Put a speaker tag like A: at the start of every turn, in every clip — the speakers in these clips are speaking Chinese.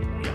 A: 模样。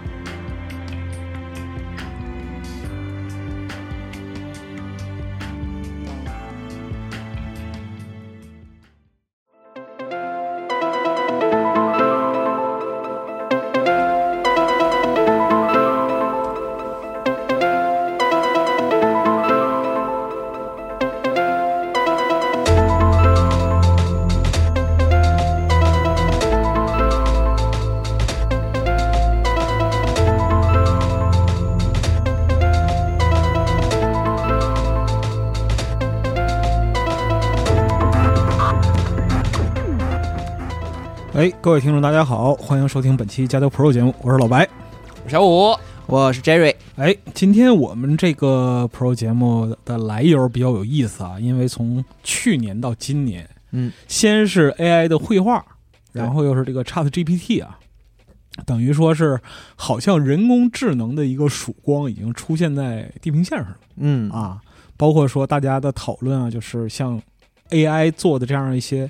B: 哎，各位听众，大家好，欢迎收听本期《加州 Pro》节目，我是老白。
C: 小五，
D: 我是 Jerry，
B: 哎，今天我们这个 Pro 节目的来由比较有意思啊，因为从去年到今年，
D: 嗯，
B: 先是 AI 的绘画，
D: 对
B: 然后又是这个 Chat GPT 啊，等于说是好像人工智能的一个曙光已经出现在地平线上了。
D: 嗯
B: 啊，包括说大家的讨论啊，就是像 AI 做的这样一些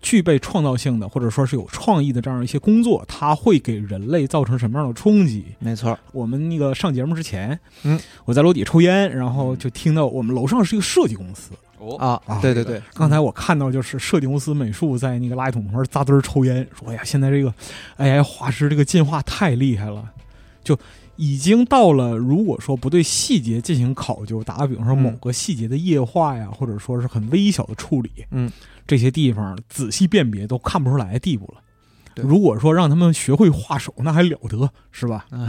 B: 具备创造性的，或者说是有创意的这样一些工作，它会给人类造成什么样的冲击？
D: 没错儿，
B: 我们那个上节目之前，
D: 嗯，
B: 我在楼底抽烟，然后就听到我们楼上是一个设计公司
C: 哦，
D: 啊
B: 啊，
D: 对对对，
B: 刚才我看到就是设计公司美术在那个垃圾桶旁边扎堆儿抽烟，说：“哎呀，现在这个 AI 画师这个进化太厉害了，就已经到了如果说不对细节进行考究，打个比方说
D: 嗯
B: 某个细节的液化呀，或者说是很微小的处理，
D: 嗯，
B: 这些地方仔细辨别都看不出来的地步了。”
D: 对
B: 如果说让他们学会画手，那还了得，是吧？
D: 嗯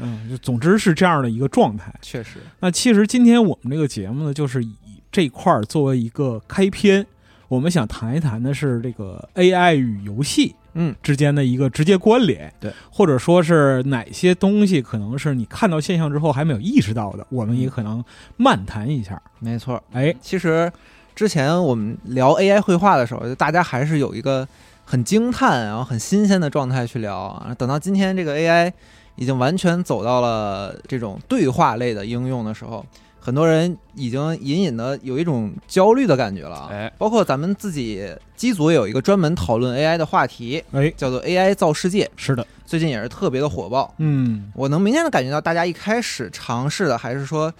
B: 嗯，就总之是这样的一个状态。
D: 确实，
B: 那其实今天我们这个节目呢，就是以这块儿作为一个开篇，我们想谈一谈的是这个 AI 与游戏
D: 嗯
B: 之间的一个直接关联，
D: 对，
B: 或者说是哪些东西可能是你看到现象之后还没有意识到的，我
D: 嗯
B: 们也可能漫谈一下。
D: 没错儿。
B: 哎，
D: 其实之前我们聊 AI 绘画的时候，大家还是有一个很惊叹，然后很新鲜的状态去聊啊。等到今天这个 AI 已经完全走到了这种对话类的应用的时候，很多人已经隐隐的有一种焦虑的感觉了啊。
C: 哎，
D: 包括咱们自己机组也有一个专门讨论 AI 的话题，
B: 哎，
D: 叫做 AI 造世界，
B: 是的，
D: 最近也嗯是特别的火爆。
B: 嗯，
D: 我能明显的感觉到，大家一开始尝试的还是说，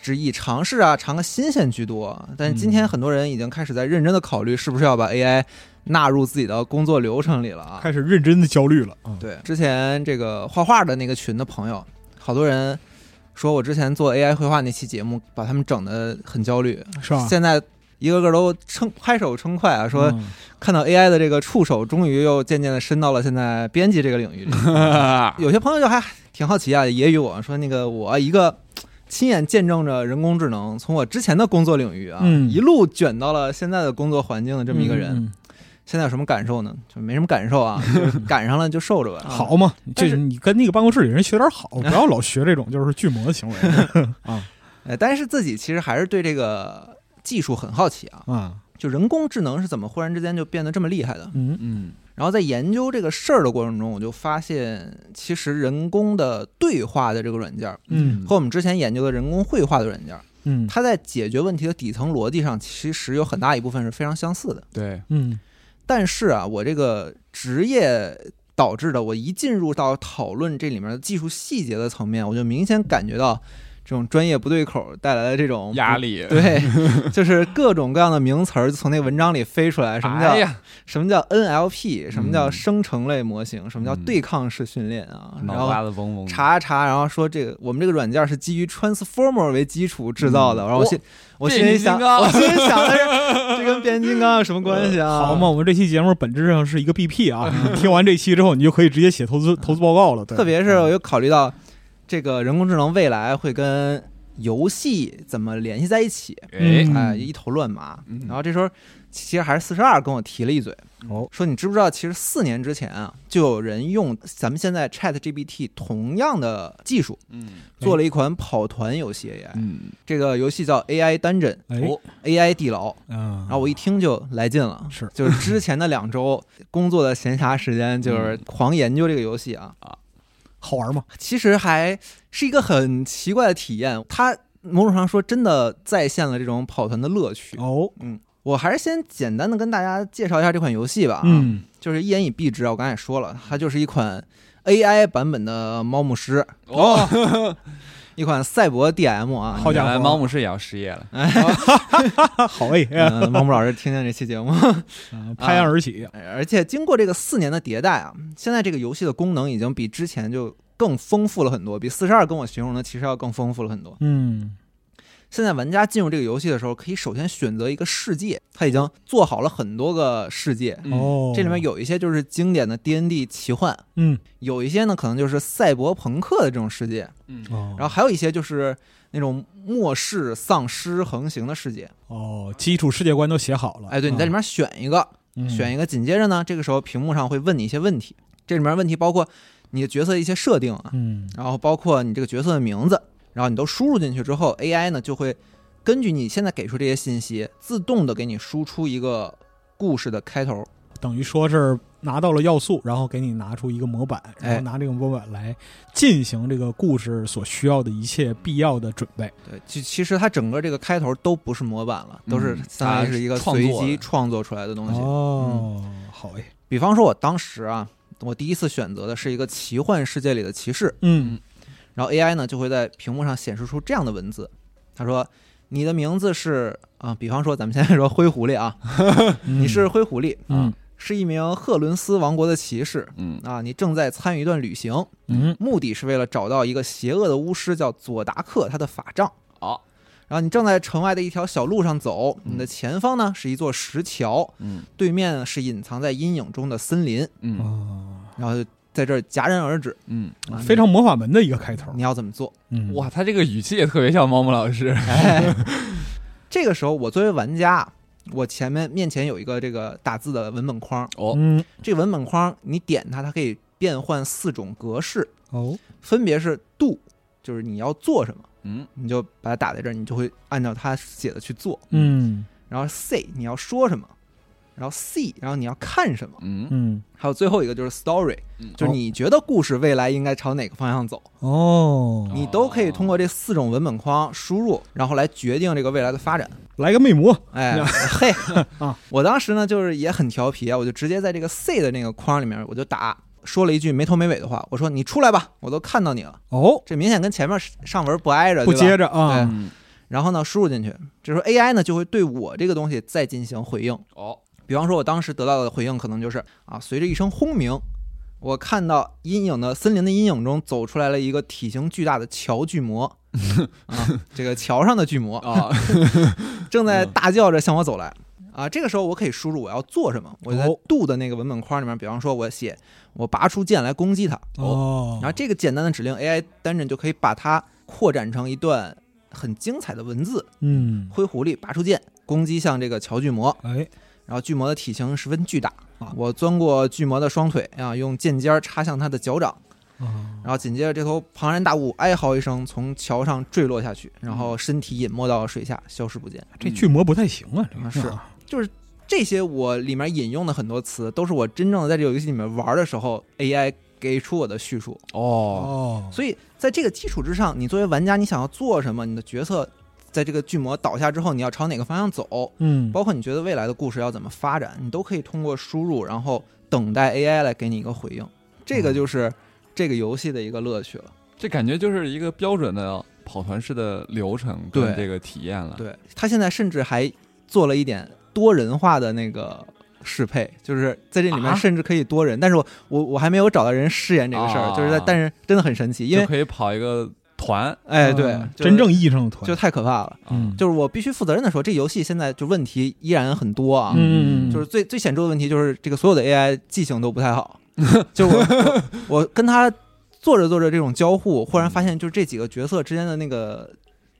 D: 只以尝试啊，尝个新鲜居多。但是今天
B: 嗯
D: 很多人已经开始在认真的考虑，是不是要把 AI 纳入自己的工作流程里了啊？
B: 开始认真的焦虑了啊。
D: 对，之前这个画画的那个群的朋友，好多人说我之前做 AI 绘画那期节目，把他们整的很焦虑，
B: 是吧？
D: 现在。一个个都称拍手称快啊，说
B: 啊嗯
D: 看到 AI 的这个触手，终于又渐渐的伸到了现在编辑这个领域里。
B: 嗯
D: 有些朋友就还挺好奇啊，也与我说那个我一个亲眼见证着人工智能从我之前的工作领域啊，
B: 嗯
D: 一路卷到了现在的工作环境的 这么一个人，
B: 嗯
D: 现在有什么感受呢？就没什么感 受啊，就是赶上了就受着吧。
B: 嗯好嘛，
D: 但
B: 这
D: 是
B: 你跟那个办公室里人学点 好，不要老学这种就是巨魔的行为啊
D: 呃，但是自己其实还是对这个技术很好奇啊，
B: 啊，
D: 就人工智能是怎么忽然之间就变得这么厉害的？
B: 嗯
C: 嗯，
D: 然后在研究这个事儿的过程中，我就发现，其实人工的对话的这个软件儿
B: 嗯
D: 和我们之前研究的人工绘画的软件儿，
B: 嗯
D: 它在解决问题的底层逻辑上，其实有很大一部分是非常相似的。
C: 对，
B: 嗯
D: 但是啊，我这个职业导致的。我一进入到讨论这里面的技术细节的层面，我就明显感觉到这种专业不对口带来的这种
C: 压。力，
D: 对，就是各种各样的名词儿从那文章里飞出来，什么叫、
C: 哎呀，
D: 什么叫 NLP，什么叫
C: 嗯
D: 生成类模型，什么叫
C: 嗯
D: 对抗式训练啊，然
C: 脑
D: 后
C: 瓜子嗡嗡的。
D: 查一查，然后说这个我们这个软件是基于 Transformer 为基础制造的，然后我心我心里想，
C: 嗯哦变形金刚
D: 我心里想的是这跟变形金刚 有什么关系
C: 呃
D: 啊？
B: 好嘛，，我们这期节目本质上是一个 BP 啊，你听完这期之后，你就可以直接写投资投资报告了。对，
D: 嗯特别
C: 嗯
D: 是我又考虑到这个人工智能未来会跟游戏怎么联系在一起，
C: 哎，
B: 嗯
D: 哎，一头乱麻。
C: 嗯
D: 然后这时候其实还是四十二跟我提了一嘴，
B: 哦
D: 说你知不知道，其实四年之前啊，就有人用咱们现在 Chat GPT 同样的技术
C: 嗯
B: 哎
D: 做了一款跑团游戏 AI，、
C: 嗯，
D: 这个游戏叫 AI 单阵。
B: 哎，
C: 哦
D: AI 地牢，
B: 嗯，
D: 然后啊我一听就来劲了，
B: 是
D: 就是之前的两周工作的闲暇时间，
B: 嗯
D: 就是狂研究这个游戏啊，
B: 好玩嘛，
D: 其实还是一个很奇怪的体验，它某种程度上说真的再现了这种跑团的乐趣。
B: 哦，
D: 我还是先简单的跟大家介绍一下这款游戏吧，，
B: 嗯，
D: 就是一言以蔽之啊，我刚才也说了，它就是一款 AI 版本的猫牧师，
C: 哦，
D: 一款赛博 DM 啊，
B: 好家伙
C: 原来猫牧师也要失业了，
B: 好哎，
D: 嗯，猫牧老师听听这期节目。
B: 啊拍案而起，
D: 而且经过这个四年的迭代啊，现在这个游戏的功能已经比之前就更丰富了很多，比四十二跟我形容的其实要更丰富了很多。
B: 嗯，
D: 现在玩家进入这个游戏的时候，可以首先选择一个世界，它已经做好了很多个世界，
C: 嗯
B: 哦，
D: 这里面有一些就是经典的 D N D 奇幻，
B: 嗯，
D: 有一些呢可能就是赛博朋克的这种世界，
C: 嗯
B: 哦，
D: 然后还有一些就是那种末世丧尸横行的世界。
B: 哦，基础世界观都写好了，嗯
D: 哎，对，你在里面选一个，
C: 嗯
B: 面
D: 选一个，紧接着呢，这个时候屏幕上会问你一些问题，这里面问题包括你的角色的一些设定啊，
B: 嗯，
D: 然后包括你这个角色的名字，然后你都输入进去之后，AI 呢就会根据你现在给出这些信息，自动的给你输出一个故事的开头。
B: 等于说是拿到了要素，然后给你拿出一个模板，
D: 哎
B: 然后拿这个模板来进行这个故事所需要的一切必要的准备。
D: 对，其其实它整个这个开头都不是模板了，都是
C: 嗯
D: 相当于是一个
C: 它创作
D: 随
C: 的
D: 机创作出来的东西。嗯
B: 哦，好哎，
D: 比方说，我当时啊，我第一次选择的是一个奇幻世界里的骑士，
B: 嗯
D: 然后 AI 呢就会在屏幕上显示出这样的文字，他说：“你的名字是啊、比方说咱们现在说灰狐狸啊，你是灰狐狸，啊
B: 嗯
D: 是一名赫伦斯王国的骑士
C: 嗯
D: 啊，你正在参与一段旅行，
B: 嗯
D: 目的是为了找到一个邪恶的巫师叫佐达克他的法杖。
C: 哦，
D: 然后你正在城外的一条小路上走，你的前方呢是一座石桥，
C: 嗯
D: 对面是隐藏在阴影中的森林，
C: 嗯
B: 哦，
D: 然后就在这儿戛然而止。
C: 嗯，
D: 啊
B: 非常魔法门的一个开头
D: 你，你要怎么做？
B: 嗯
C: 哇，他这个语气也特别像猫猫老师，
D: 哎， 这个时候我作为玩家，我前面面前有一个这个打字的文本框，
C: 哦，
B: 嗯
D: 这个文本框你点它，它可以变换四种格式，
B: 哦
D: 分别是 do，就是你要做什么，
C: 嗯
D: 你就把它打在这儿，你就会按照它写的去做。
B: 嗯
D: 然后 say 你要说什么，然后 see 然后你要看什么，
C: 嗯
B: 嗯
D: 还有最后一个就是 story，
C: 嗯
D: 就是你觉得故事未来应该朝哪个方向走，
B: 哦，
D: 你都可以通过这四种文本框输入，然后来决定这个未来的发展。
B: 来个魅魔，
D: 哎， 嘿
B: 啊！
D: 我当时呢，就是也很调皮啊，我就直接在这个 C 的那个框里面，我就打说了一句没头没尾的话，我说你出来吧，我都看到你了。
B: 哦，
D: 这明显跟前面上文不挨着，
B: 不
D: 对吧
B: 接。着啊，
C: 嗯
D: 然后呢，输入进去，这时候 AI 呢就会对我这个东西再进行回应。
C: 哦，
D: 比方说，我当时得到的回应可能就是啊，随着一声轰鸣，我看到阴影的森林的阴影中走出来了一个体型巨大的乔巨魔 啊，这个桥上的巨魔
C: 啊，
D: 正
B: 嗯
D: 在大叫着向我走来。啊，这个时候我可以输入我要做什么。我在
B: 哦
D: do 的那个文本框里面，比方说我写我拔出剑来攻击它，
B: 哦，
D: 然后这个简单的指令 AI 单阵就可以把它扩展成一段很精彩的文字。
B: 嗯，
D: 灰狐狸拔出剑攻击向这个乔巨魔，
B: 哎，
D: 然后巨魔的体型十分巨大
B: 啊
D: 我钻过巨魔的双腿啊，用剑尖儿插向他的脚掌，
B: 啊
D: 然后紧接着这头庞然大物哀嚎一声从桥上坠落下去，然后身体隐没到水下，消失不见。
B: 这巨魔不太行啊，这
D: 啊
B: 个
D: 是
B: 啊
D: 就是这些我里面引用的很多词，都是我真正的在这个游戏里面玩的时候 AI 给出我的叙述。
C: 哦，
B: 哦，
D: 所以在这个基础之上，你作为玩家，你想要做什么，你的角色在这个巨魔倒下之后，你要朝哪个方向走，
B: 嗯，
D: 包括你觉得未来的故事要怎么发展，你都可以通过输入，然后等待 AI 来给你一个回应。这个就是这个游戏的一个乐趣了。
C: 这感觉就是一个标准的跑团式的流程跟
D: 对
C: 这个体验
B: 啊
C: 了。
D: 对他现在甚至还做了一点多人化的那个适配，就是在这里面
C: 啊
D: 甚至可以多人，但是我我我还没有找到人饰演这个事
B: 哦
D: 儿，
C: 啊
D: 就是在但是真的很神奇，因
C: 就
D: 为
C: 可以跑一个团，
D: 哎对
B: 嗯，
D: 就是
B: 真正意义上的团
D: 就，太可怕了。
B: 嗯，
D: 就是我必须负责任的说，这游戏现在就问题依然很多啊，
B: 嗯，
D: 就是最最显著的问题就是这个所有的 AI 记性都不 太好，就是我我我跟他做着做着这种交互，忽然发现就是这几个角色之间的那个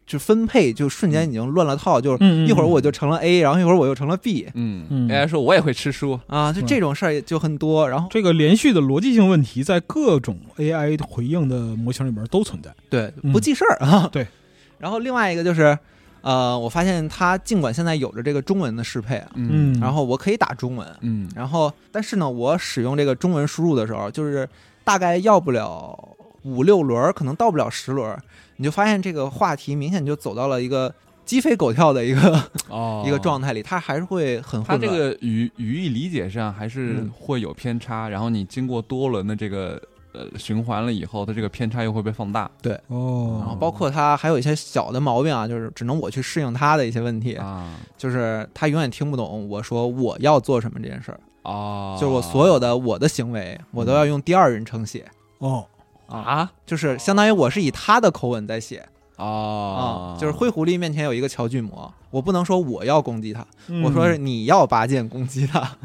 D: 就分配就瞬间已经乱了套，就是
B: 嗯嗯
D: 一会儿我就成了 A，然后一会儿我又成了 B
C: 嗯
B: 嗯
C: a i 说我也会吃书，
D: 啊，就这种事儿也就很多。然后
B: 这个连续的逻辑性问题在各种 AI 回应的模型里边都存在。
D: 对
B: 嗯
D: 不记事儿啊，
B: 对。
D: 然后另外一个就是，呃，我发现它尽管现在有着这个中文的适配啊，
C: 嗯
D: 然后我可以打中文，
C: 嗯
D: 然后但是呢，我使用这个中文输入的时候，就是大概要不了五六轮儿，可能到不了十轮儿，你就发现这个话题明显就走到了一个鸡飞狗跳的一个、
C: 哦
D: 一个状态里，它还是会很
C: 它
D: 混乱。
C: 这个语语义理解上还是
D: 嗯
C: 会有偏差，然后你经过多轮的这个呃循环了以后，它这个偏差又会被放大
D: 然后
B: 哦，
D: 包括它还有一些小的毛病啊，就是只能我去适应它的一些问题，
C: 啊
D: 就是它永远听不懂我说我要做什么这件事儿，
C: 哦，
D: 就是我所有的我的行为，我都要用第二人称写，
B: 哦，
C: 啊
D: 就是相当于我是以他的口吻在写。
C: 哦
D: 啊，就是灰狐狸面前有一个乔巨魔，我不能说我要攻击他，我说是
B: 嗯
D: 你要拔剑攻击他。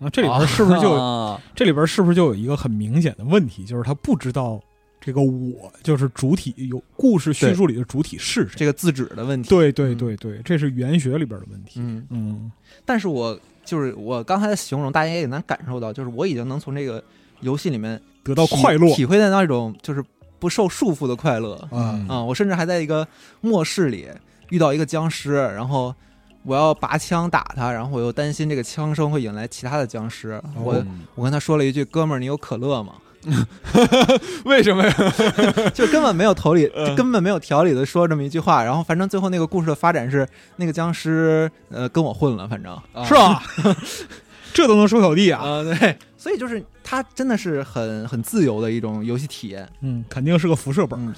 B: 那这里边是不是
D: 哦
B: 就
C: 啊
B: 这里边是不是就有一个很明显的问题，就是他不知道这个我就是主体，有故事叙述里的主体是谁？
D: 这个自指的问题。，
B: 对对对对，这是玄学里边的问题。
D: 嗯，
B: 嗯
D: 但是我就是我刚才的形容，大家也能感受到，就是我已经能从这个游戏里面
B: 得到
D: 体
B: 快乐
D: 体会到那种就是不受束缚的快乐。
B: 啊
C: 嗯
D: 啊，我甚至还在一个末世里遇到一个僵尸，然后。我要拔枪打他，然后我又担心这个枪声会引来其他的僵尸。我
C: 嗯
D: 我跟他说了一句：“哥们儿，你有可乐吗？”
C: 为什么呀？嗯
D: 就根本没有头理，就根本没有条理的说这么一句话。然后反正最后那个故事的发展是，那个僵尸呃跟我混了，反正
C: 啊
B: 是吧？ 这都能收小弟啊？
D: 啊、对，所以就是它真的是很很自由的一种游戏体验，
B: 嗯，肯定是个辐射本。
D: 嗯，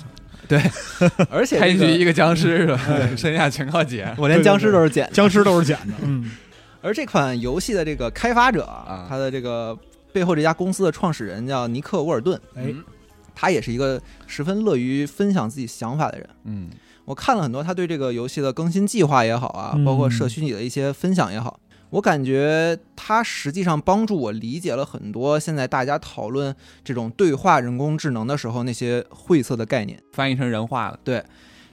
D: 对， 而且
C: 开
D: 这
C: 局一
D: 个
C: 个僵尸是 吧？生下全 靠捡
D: 我连僵尸都是捡的，
B: 僵尸都是捡的，嗯，
D: 而这款游戏的这个开发者
C: 啊
D: 他的这个背后这家公司的创始人叫尼克沃尔顿，
B: 哎，
D: 他也是一个十分乐于分享自己想法的人。
C: 嗯
D: 我看了很多他对这个游戏的更新计划也好啊
B: 嗯，
D: 包括社区里的一些分享也好，我感觉他实际上帮助我理解了很多现在大家讨论这种对话人工智能的时候那些晦涩的概念，
C: 翻译成人话了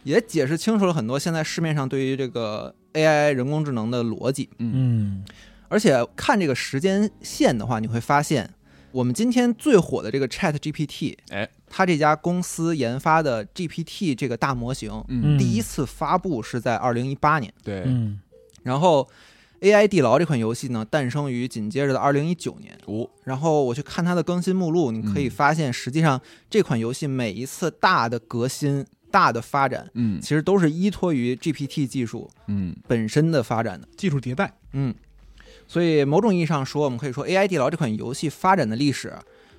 D: 也解释清楚了很多现在市面上对于这个 AI 人工智能的逻辑。
B: 嗯，
D: 而且看这个时间线的话，你会发现我们今天最火的这个 Chat GPT，
C: 哎，
D: 它这家公司研发的 GPT 这个大模型，
C: 嗯
D: 第一次发布是在二零一八年。
C: 对
B: 嗯，
D: 然后 AI 地牢这款游戏呢，诞生于紧接着的二零一九年。
C: 五
D: 然后我去看它的更新目录，你可以发现，实际上这款游戏每一次大的革新、大的发展，
C: 嗯
D: 其实都是依托于 GPT 技术
C: 嗯
D: 本身的发展的。
B: 技术迭代，
D: 嗯，所以某种意义上说，我们可以说 AI 地牢这款游戏发展的历史，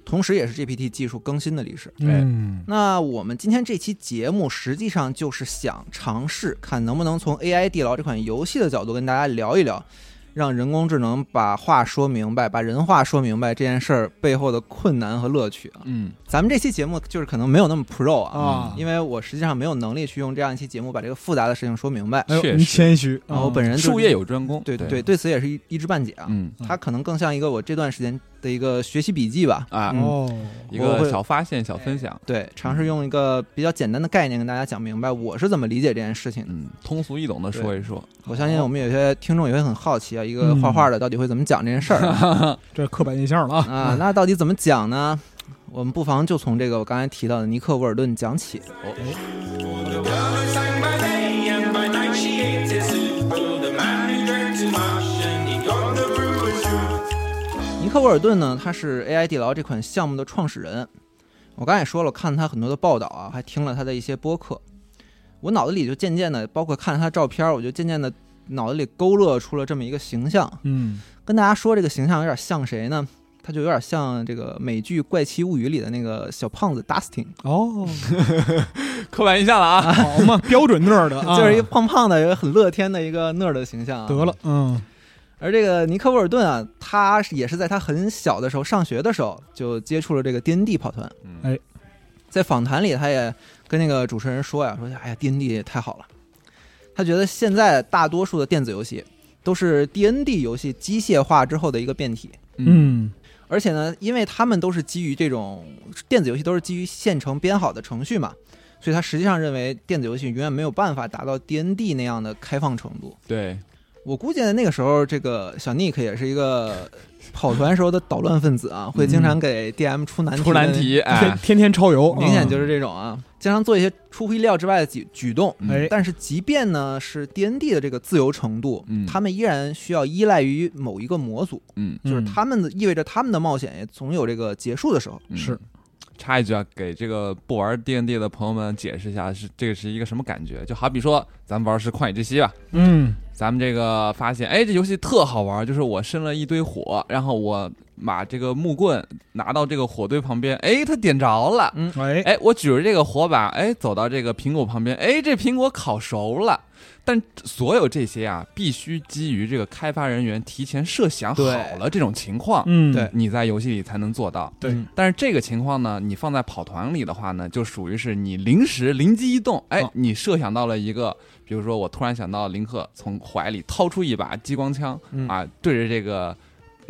D: 同时也是 GPT 技术更新的历史。
C: 哎
B: 嗯
D: 那我们今天这期节目实际上就是想尝试看能不能从 AI 地牢这款游戏的角度跟大家聊一聊，让人工智能把话说明白，把人话说明白这件事儿背后的困难和乐趣啊。
C: 嗯
D: 咱们这期节目就是可能没有那么 pro 啊，
B: 啊，
D: 因为我实际上没有能力去用这样一期节目把这个复杂的事情说明白。
B: 哎呦
C: 确实
B: 您谦虚嗯
D: 然啊后我本人就是
C: 术业有专攻，
D: 对
C: 对
D: 对，对此也是一一知半解啊，
C: 嗯
D: 它可能更像一个我这段时间的一个学习笔记吧。
C: 啊
D: 嗯
B: 哦，
C: 一
D: 我
C: 个
D: 会哎
C: 小发现、小分享，
D: 对，尝试用一个比较简单的概念跟大家讲明白我是怎么理解这件事情的。
C: 嗯，通俗易懂的说一说，
D: 我相信我们有些听众也会很好奇啊，一
C: 嗯
D: 个画画的到底会怎么讲这件事儿啊
B: 这刻板印象了啊，
D: 啊？那到底怎么讲呢？我们不妨就从这个我刚才提到的尼克沃尔顿讲起。
E: The woman sang by day and by night she ate his soup. Oh, the man who drank too much and he got the brewer's tooth.
D: 尼克沃尔顿呢，他是 AI 地牢这款项目的创始人。我刚才也说了，我看他很多的报道啊，还听了他的一些播客，我脑子里就渐渐的，包括看了他的照片，我就渐渐的脑子里勾勒出了这么一个形象。
B: 嗯
D: 跟大家说这个形象有点像谁呢？它就有点像这个美剧《怪奇物语》里的那个小胖子 Dustin，、
B: 哦，
C: 刻板印象了啊！
B: 好嘛，标准那儿的啊，
D: 就是一个胖胖的、有一个很乐天的一个那儿的形象、啊。
B: 得了，嗯，
D: 而这个尼克沃尔顿啊，他是也是在他很小的时候，上学的时候就接触了这个 D N D 跑团。
C: 嗯
B: 哎
D: 在访谈里，他也跟那个主持人说呀，说哎呀，D N D 也太好了。他觉得现在大多数的电子游戏都是 D N D 游戏机械化之后的一个变体，
B: 嗯
D: 而且呢，因为他们都是基于这种电子游戏都是基于现成编好的程序嘛，所以他实际上认为电子游戏永远没有办法达到 D N D 那样的开放程度。
C: 对，
D: 我估计在那个时候，这个小 Nick 也是一个跑团时候的捣乱分子啊，会经常给 DM 出难题。
C: 出 难，题，
B: 天
C: 哎，
B: 天天超油，，
D: 明显就是是这种啊，经常做一些出乎意料之外的举举动。
C: 嗯
B: 哎，
D: 但是，即便呢是 D N D 的这个自由程度，
C: 嗯
D: 他们依然需要依赖于某一个模组，
C: 嗯，
D: 就是
B: 嗯
D: 他们的意味着他们的冒险也总有这个结束的时候。
C: 嗯
B: 是。
C: 插一句啊，给这个不玩 D N D 的朋友们解释一下，是这个是一个什么感觉？就好比说，咱们玩是《旷野之息》吧，
B: 嗯
C: 咱们这个发现，哎，这游戏特好玩，就是我生了一堆火，然后我把这个木棍拿到这个火堆旁边，哎，它点着了。
B: 哎，
C: 哎，我举着这个火把，哎，走到这个苹果旁边，哎，这苹果烤熟了。但所有这些啊，必须基于这个开发人员提前设想好
D: 对
C: 了这种情况，
B: 嗯，
D: 对
C: 你在游戏里才能做到。
B: 对
D: 嗯
C: 但是这个情况呢，你放在跑团里的话呢，就属于是你临时灵机一动，哎
B: 啊，
C: 你设想到了一个，比如说我突然想到林克从怀里掏出一把激光枪
D: 嗯
C: 啊，对着这个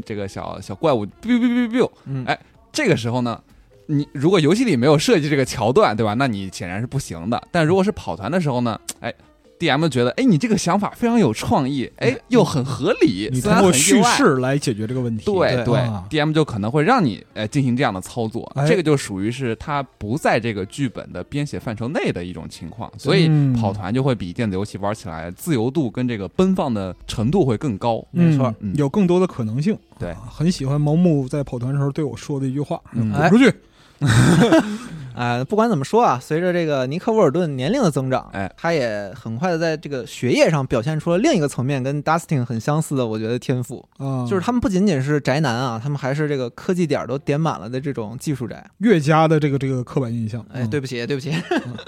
C: 这个小小怪物，biu biu biu biu，
D: 嗯
C: 哎这个时候呢。你如果游戏里没有设计这个桥段，对吧？那你显然是不行的。但如果是跑团的时候呢，哎，DM 觉得，哎，你这个想法非常有创意，哎，又很合理，
B: 你
C: 虽
B: 通
C: 然
B: 过
C: 很意
B: 叙
C: 外
B: 事来解决这个问题，
C: 对
D: 对
B: 啊
C: d m 就可能会让你呃进行这样的操作，
B: 哎
C: 这个就属于是它不在这个剧本的编写范畴内的一种情况，所以
B: 嗯
C: 跑团就会比电子游戏玩起来自由度跟这个奔放的程度会更高。
D: 没错
B: 嗯
C: 嗯
B: 有更多的可能性。
C: 对
B: 啊很喜欢毛木在跑团的时候对我说的一句话：“
C: 嗯
D: 哎
B: 滚出去嗯
D: 啊、不管怎么说啊，随着这个尼克沃尔顿年龄的增长，
C: 哎，
D: 他也很快的在这个学业上表现出了另一个层面跟 Dustin 很相似的，我觉得天赋，
B: 啊！”
D: 就是他们不仅仅是宅男啊，他们还是这个科技点儿都点满了的这种技术宅。
B: 越加的这个这个刻板印象。
D: 哎，
B: 嗯
D: 对，不起，对不起。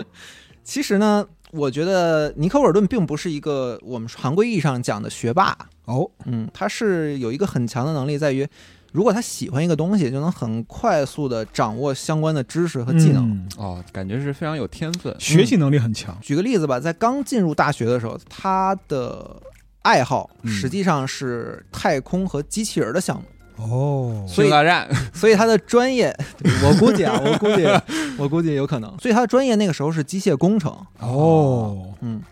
D: 其实呢，我觉得尼克沃尔顿并不是一个我们常规意义上讲的学霸，
B: 哦，
D: 嗯，他是有一个很强的能力，在于如果他喜欢一个东西，就能很快速的掌握相关的知识和技能。嗯
B: 嗯
C: 哦，感觉是非常有天分。
B: 学习能力很强。
D: 举个例子吧，在刚进入大学的时候，他的爱好
C: 嗯
D: 实际上是太空和机器人的项目，
B: 哦，
D: 所以
C: 星球大战，
D: 所以他的专业，对我估计啊，我估 计，我估计有可能，所以他的专业那个时候是机械工程，
B: 哦，
D: 嗯。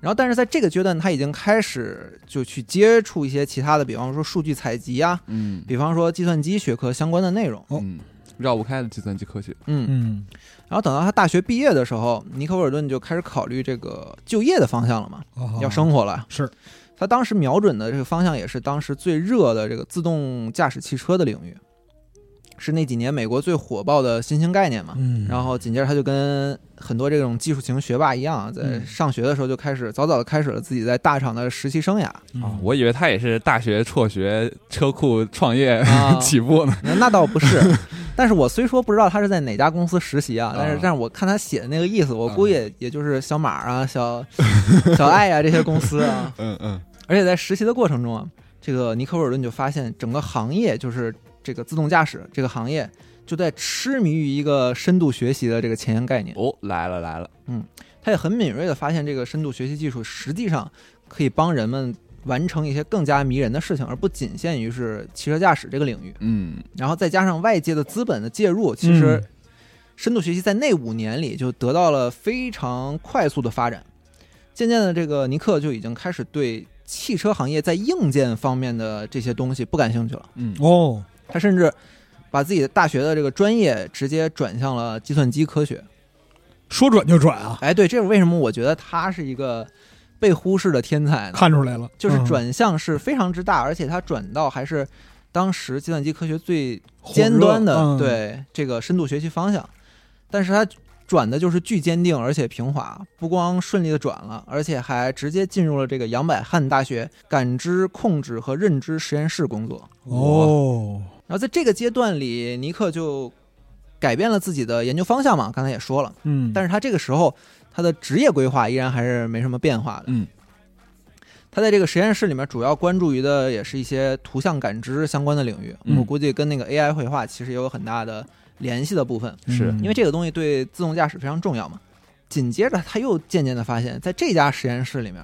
D: 然后，但是在这个阶段，他已经开始就去接触一些其他的，比方说数据采集啊，
C: 嗯
D: 比方说计算机学科相关的内容。
B: 哦
C: 嗯，绕不开的计算机科学。
D: 嗯，
B: 嗯，
D: 然后等到他大学毕业的时候，尼克沃尔顿就开始考虑这个就业的方向了嘛，
B: 哦
D: 要生活了。
B: 是
D: 他当时瞄准的这个方向也是当时最热的这个自动驾驶汽车的领域，是那几年美国最火爆的新兴概念嘛。
B: 嗯，
D: 然后紧接着他就跟很多这种技术型学霸一样啊，在
B: 嗯
D: 上学的时候就开始早早的开始了自己在大厂的实 习生涯
C: 啊
B: 啊，
C: 我以为他也是大学辍学车库创业
D: 啊。
C: 起步呢。
D: 那那倒不 是，但是我虽说不知道他是在哪家公司实习啊，但是
C: 啊
D: 但是我看他写的那个意思，我估计也也就是小马啊、小小爱啊这些公司啊。
C: 嗯嗯，
D: 而且在实习的过程中啊，这个尼克沃尔顿就发现整个行业就是这个自动驾驶这个行业就在痴迷于一个深度学习的这个前沿概念。
C: 哦，来了来了。
D: 他也很敏锐地发现，这个深度学习技术实际上可以帮人们完成一些更加迷人的事情，而不仅限于是汽车驾驶这个领域。
C: 嗯，
D: 然后再加上外界的资本的介入，其实深度学习在那五年里就得到了非常快速的发展。渐渐的，这个尼克就已经开始对汽车行业在硬件方面的这些东西不感兴趣了。
C: 嗯
B: 哦，
D: 他甚至把自己的大学的这个专业直接转向了计算机科学。
B: 说转就转啊，
D: 哎，对，这是为什么？我觉得他是一个被忽视的天才呢。
B: 看出来了，
D: 就是
B: 嗯
D: 转向是非常之大，而且它转到还是当时计算机科学最
B: 火热
D: 尖端的、
B: 嗯
D: 对这个深度学习方向，但是它转的就是巨坚定而且平滑，不光顺利的转了，而且还直接进入了这个杨百翰大学感知控制和认知实验室工作。
B: 哦，
D: 然后在这个阶段里，尼克就改变了自己的研究方向嘛，刚才也说了，
B: 嗯，
D: 但
B: 是
D: 是他这个时候他的职业规划依然还是没什么变化的。
C: 嗯
D: 他在这个实验室里面主要关注于的也是一些图像感知相关的领域，
B: 嗯
D: 我估计跟那个 AI 绘画其实也有很大的联系的部分，
C: 是
B: 嗯
D: 因为这个东西对自动驾驶非常重要嘛。紧接着，他又渐渐的发现，在这家实验室里面，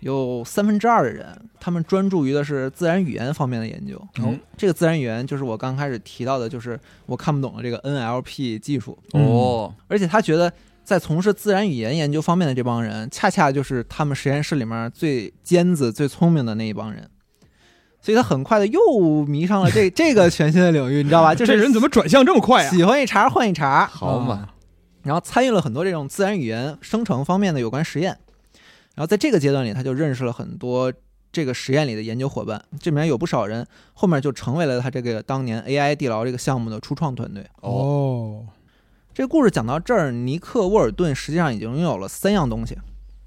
D: 有三分之二的人，他们专注于的是自然语言方面的研究。哦
C: 嗯
D: 这个自然语言就是我刚开始提到的，就是我看不懂的这个 NLP 技术。
C: 哦，
D: 而且他觉得在从事自然语言研究方面的这帮人，恰恰就是他们实验室里面最尖子、最聪明的那一帮人。所以他很快的又迷上 了这这个全新的领域，你知道吧？就
B: 啊这
D: 是
B: 人怎么啊转向这么快呀？
D: 喜欢一茬换一茬，嗯
C: 好嘛，
B: 啊
D: 然后参与了很多这种自然语言生成方面的有关实验。然后在这个阶段里，他就认识了很多这个实验里的研究伙伴，这里面有不少人后面就成为了他这个当年 AI 地牢这个项目的初创团队。
C: 哦，
B: 哦，
D: 这故事讲到这儿，尼克·沃尔顿实际上已经拥有了三样东西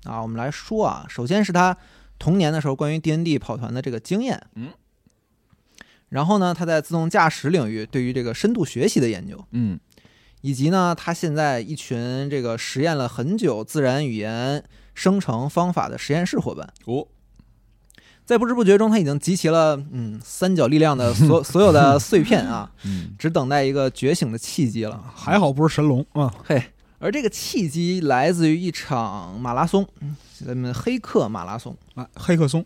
D: 啊。我们来说啊，首先是他童年的时候关于 D N D 跑团的这个经验，
C: 嗯。
D: 然后呢，他在自动驾驶领域对于这个深度学习的研究，
C: 嗯
D: 以及呢，他现在一群这个实验了很久自然语言生成方法的实验室伙伴，
C: 哦，
D: 在不知不觉中，他已经集齐了嗯三角力量的所所有的碎片啊，
C: 嗯
D: 只等待一个觉醒的契机了。
B: 还好不是神龙啊，
D: 嘿，而这个契机来自于一场马拉松，嗯咱们黑客马拉松，
B: 啊，黑客松，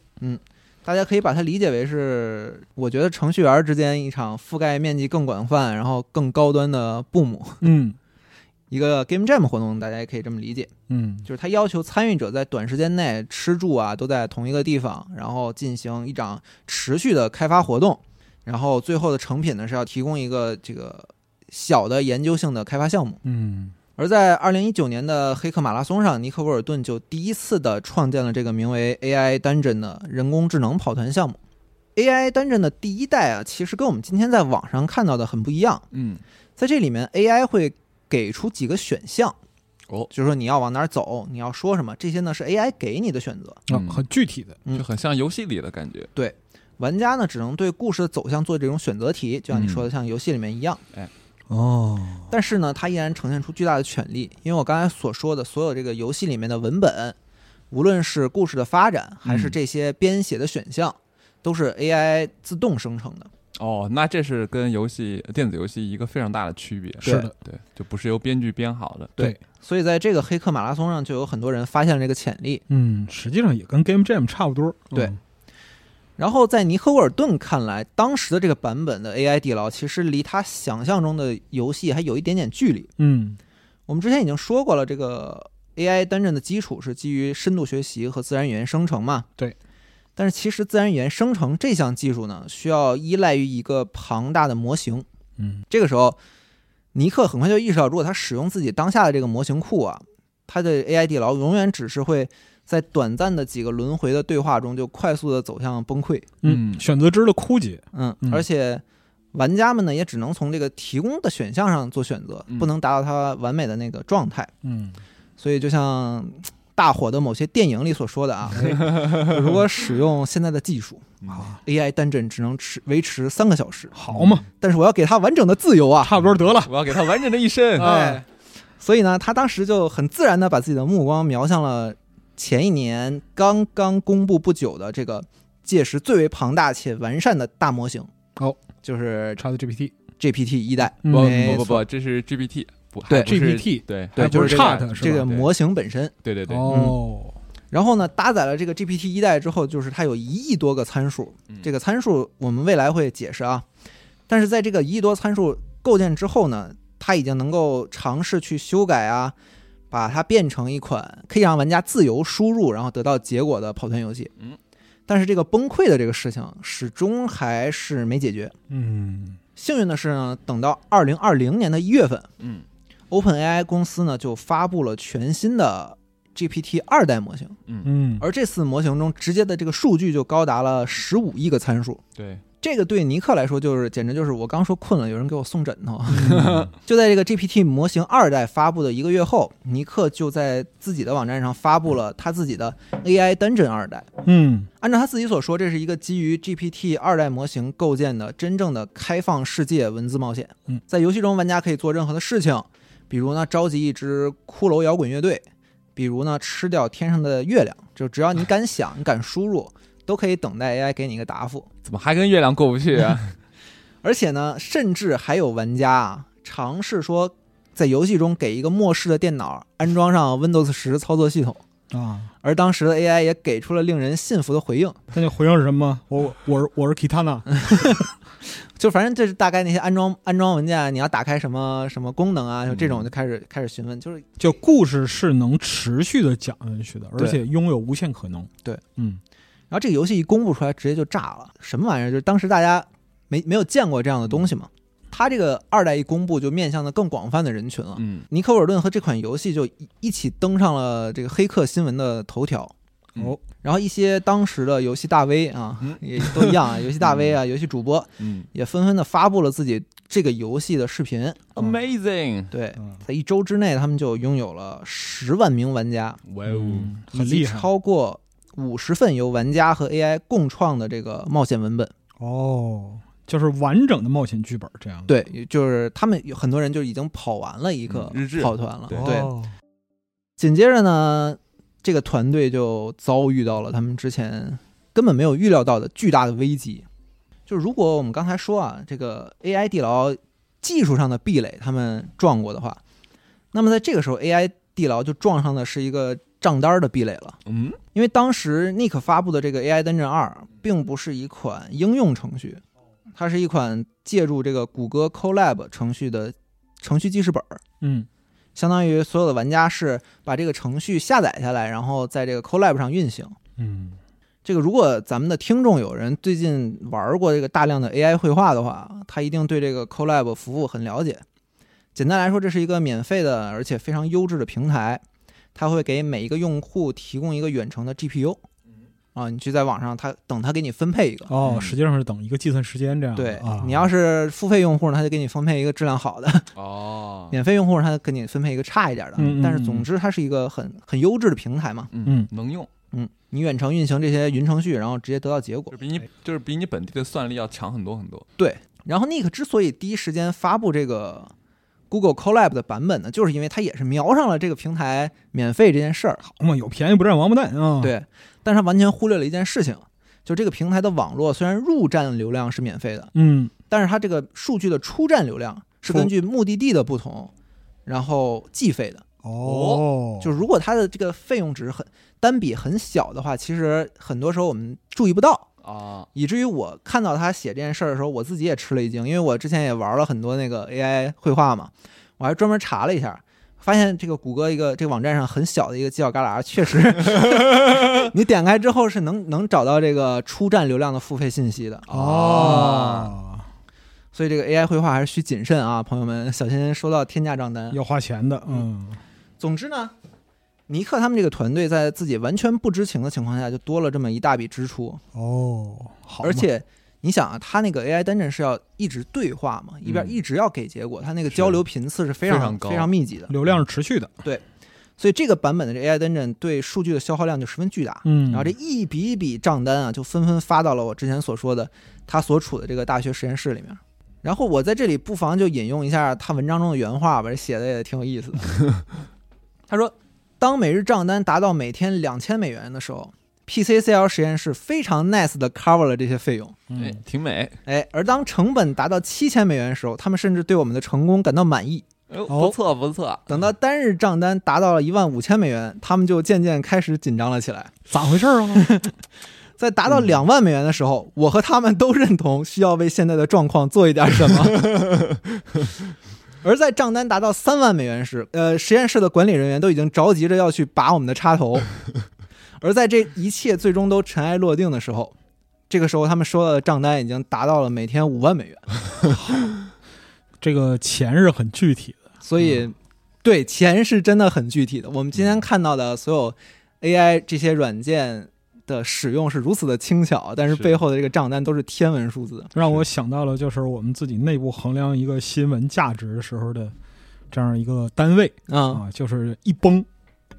D: 大家可以把它理解为是，我觉得程序员之间一场覆盖面积更广泛，然后更高端的布姆，
B: 嗯
D: 一个 Game Jam 活动，大家也可以这么理解，
B: 嗯
D: 就是它要求参与者在短时间内吃住啊都在同一个地方，然后进行一场持续的开发活动，然后最后的成品呢是要提供一个这个小的研究性的开发项目。
B: 嗯
D: 而在二零一九年的黑客马拉松上，尼克·沃尔顿就第一次的创建了这个名为 AI Dungeon 的人工智能跑团项目。AI Dungeon 的第一代啊，其实跟我们今天在网上看到的很不一样，
C: 嗯
D: 在这里面 AI 会给出几个选项，
C: 哦，
D: 就是说你要往哪儿走，你要说什么，这些呢是 AI 给你的选择。
B: 啊
C: 嗯，
B: 很具体的，
D: 嗯
C: 就很像游戏里的感觉，
D: 玩家呢只能对故事的走向做这种选择题，就像你说
C: 嗯
D: 的，像游戏里面一样。
B: 哦，
D: 但是呢，它依然呈现出巨大的潜力，因为我刚才所说的所有这个游戏里面的文本，无论是故事的发展，还是这些编写的选项，都是 AI 自动生成的。
C: 哦，那这是跟游戏电子游戏一个非常大的区别，
B: 是的，
C: 对，就不是由编剧编好的，
B: 对，
D: 所以在这个黑客马拉松上，就有很多人发现了这个潜力。
B: 嗯，实际上也跟 Game Jam 差不多，嗯
D: 对，然后在尼克沃尔顿看来，当时的这个版本的 AI 地牢其实离他想象中的游戏还有一点点距离。
B: 嗯
D: 我们之前已经说过了，这个 AI 单阵的基础是基于深度学习和自然语言生成嘛？
B: 对。
D: 但是其实自然语言生成这项技术呢，需要依赖于一个庞大的模型。
B: 嗯
D: 这个时候，尼克很快就意识到，如果他使用自己当下的这个模型库啊，他的 AI 地牢永远只是会在短暂的几个轮回的对话中就快速的走向崩溃。
B: 嗯，选择之的枯竭，
D: 嗯
B: 嗯，
D: 而且玩家们呢，也只能从这个提供的选项上做选择
C: 嗯，
D: 不能达到它完美的那个状态。
B: 嗯
D: 所以就像大火的某些电影里所说的啊，如果使用现在的技术
B: 啊，
D: ，AI 单帧只能持维持三个小时，
B: 好嘛，
D: 但是我要给它完整的自由啊。
B: 差不多得了，
C: 我要给他完整的一 生，
B: 啊
D: 哎，所以呢，他当时就很自然的把自己的目光瞄向了前一年刚刚公布不久的这个届时最为庞大且完善的大模型。
B: 哦，
D: 就是
B: 差的 GPT，
D: GPT 一代，
B: 嗯
C: 不
D: 没
C: 不不
D: 错
C: 不，这是 GPT，不
D: 对
C: 还不是
B: GPT
C: 对
B: 对
C: 还
B: 就是是 Chat
C: 这个
B: 是吧
D: 这个
C: 对
D: 模型本身。
C: 对对对，
B: 哦，
D: 然后呢，搭载了这个 GPT 一代之后，就是它有一亿多个参数
C: 嗯，
D: 这个参数我们未来会解释啊。但是在这个一亿多参数构建之后呢，它已经能够尝试去修改啊，把它变成一款可以让玩家自由输入然后得到结果的跑团游戏。
C: 嗯，
D: 但是这个崩溃的这个事情始终还是没解决。
B: 嗯
D: 幸运的是呢，等到二零二零年的一月份
C: 嗯
D: ，OpenAI 公司呢就发布了全新的 GPT 二代模型。
B: 嗯，
D: 而这次模型中直接的这个数据就高达了十五亿个参数，
C: 对，
D: 这个对尼克来说就是简直就是我刚说困了，有人给我送枕头。 就在这个 GPT 模型二代发布的一个月后，尼克就在自己的网站上发布了他自己的 AI 单针二代。
B: 嗯
D: 按照他自己所说，这是一个基于 GPT 二代模型构建的真正的开放世界文字冒险。
B: 嗯，
D: 在游戏中，玩家可以做任何的事情，比如呢召集一支骷髅摇滚乐队，比如呢吃掉天上的月亮，就只要你敢想，你敢输入，都可以等待 AI 给你一个答复。
C: 怎么还跟月亮过不 去啊？
D: 而且呢，甚至还有玩家啊尝试说，在游戏中给一个末世的电脑安装上 Windows 十操作系统，
B: 啊，
D: 而当时的 AI 也给出了令人信服的回应。
B: 他那回应是什么？我我是我是 Kitana，
D: 就反正这是大概那些安装安装文件啊，你要打开什么什么功能啊，就这种
C: 嗯
D: 就开始开始询问，就是
B: 就故事是能持续的讲下去的，而
D: 对
B: 且拥有无限可能。
D: 对，
B: 嗯
D: 然后这个游戏一公布出来，直接就炸了，什么玩意儿？就是当时大家没没有见过这样的东西嘛。它这个二代一公布，就面向的更广泛的人群了。
C: 嗯，
D: 尼克·沃尔顿和这款游戏就一一起登上了这个黑客新闻的头条。
C: 嗯
B: 哦，
D: 然后一些当时的游戏大 V 啊，也都一样 啊，游戏大 V 啊，游戏主播
C: 嗯
D: 也纷纷的发布了自己这个游戏的视频。
C: ，Amazing，
D: 对，
B: 嗯
D: 在一周之内，他们就拥有了十万名玩家，
C: 哇
B: 嗯，
D: 以
B: 很
D: 及
B: 厉害
D: 超过五十份由玩家和 AI 共创的这个冒险文本。
B: 哦，就是完整的冒险剧本这样。
D: 对，就是他们有很多人就已经跑完了一个
C: 嗯日志
D: 跑团了。
C: 对
D: 对，
B: 哦
D: 紧接着呢，这个团队就遭遇到了他们之前根本没有预料到的巨大的危机。就是如果我们刚才说啊，这个 AI 地牢技术上的壁垒他们撞过的话，那么在这个时候 AI 地牢就撞上的是一个账单儿的壁垒了。
C: 嗯
D: 因为当时 Nick 发布的这个 AI 登阵二，并不是一款应用程序，它是一款借助这个谷歌 Colab 程序的程序记事本儿，
B: 嗯
D: 相当于所有的玩家是把这个程序下载下来，然后在这个 Colab 上运行。
B: 嗯，
D: 这个如果咱们的听众有人最近玩过这个大量的 AI 绘画的话，他一定对这个 Colab 服务很了解。简单来说，这是一个免费的而且非常优质的平台，它会给每一个用户提供一个远程的 GPU。啊，你去在网上，它等它给你分配一个。
B: 嗯哦，
C: 嗯
B: 实际上是等一个计算时间这样的。
D: 对
B: 啊，
D: 你要是付费用户呢，它就给你分配一个质量好的；
C: 哦，
D: 免费用户呢，它给你分配一个差一点的。
B: 嗯嗯
D: 但是
B: 嗯
D: 总之，它是一个很很优质的平台嘛。
B: 嗯
C: 能用，
D: 嗯，你远程运行这些云程序，然后直接得到结果
C: 就。比你就是比你本地的算力要强很多很多。
D: 对，然后 Nick 之所以第一时间发布这个 Google Colab 的版本呢，就是因为他也是瞄上了这个平台免费这件事儿。
B: 好嘛，有便宜不占王八蛋啊。，
D: 对，但是他完全忽略了一件事情，就这个平台的网络虽然入站流量是免费的，
B: 嗯，
D: 但是它这个数据的出站流量是根据目的地的不同，然后计费的。
B: 哦，
D: 就是如果它的这个费用值很单笔很小的话，其实很多时候我们注意不到。
C: 啊，
D: 以至于我看到他写这件事儿的时候，我自己也吃了一惊，因为我之前也玩了很多那个 AI 绘画嘛，我还专门查了一下，发现这个谷歌一个这个网站上很小的一个犄角旮旯，确实，你点开之后是能能找到这个出站流量的付费信息的，
C: 啊，
B: 哦，
D: 所以这个 AI 绘画还是需谨慎啊，朋友们，小心收到天价账单。
B: 要花钱的。嗯，
D: 总之呢，尼克他们这个团队在自己完全不知情的情况下，就多了这么一大笔支出，
B: 哦，好嘛，
D: 而且你想啊，它那个 AI 单阵是要一直对话嘛，一边一直要给结果，它那个交流频次是非常
C: 非常高
D: 密集的，
B: 流量是持续的。
D: 所以这个版本的这 AI 单阵对数据的消耗量就十分巨大。
B: 嗯，
D: 然后这一笔一笔账单啊，就纷纷发到了我之前所说的他所处的这个大学实验室里面。然后我在这里不妨就引用一下他文章中的原话吧，这写的也挺有意思的。他说，当每日账单达到每天两千美元的时候，PCCL 实验室非常 nice 的 cover 了这些费用。
C: 哎
B: 嗯，
C: 挺美，
D: 哎，而当成本达到七千美元的时候，他们甚至对我们的成功感到满意。
C: 哎呦
B: 哦
C: 不错不错，
D: 等到单日账单达到了一万五千美元，他们就渐渐开始紧张了起来。
B: 咋回事儿啊？
D: 在达到两万美元的时候，我和他们都认同需要为现在的状况做一点什么。而在账单达到三万美元时，呃，实验室的管理人员都已经着急着要去拔我们的插头。而在这一切最终都尘埃落定的时候，这个时候他们收到的账单已经达到了每天五万美元。
B: 这个钱是很具体的。
D: 所以，对钱是真的很具体的。我们今天看到的所有 AI 这些软件，的使用是如此的轻巧，但是
C: 是
D: 背后的这个账单都是天文数字。
B: 让我想到了就是我们自己内部衡量一个新闻价值的时候的这样一个单位
D: 嗯，
B: 啊，就是一崩。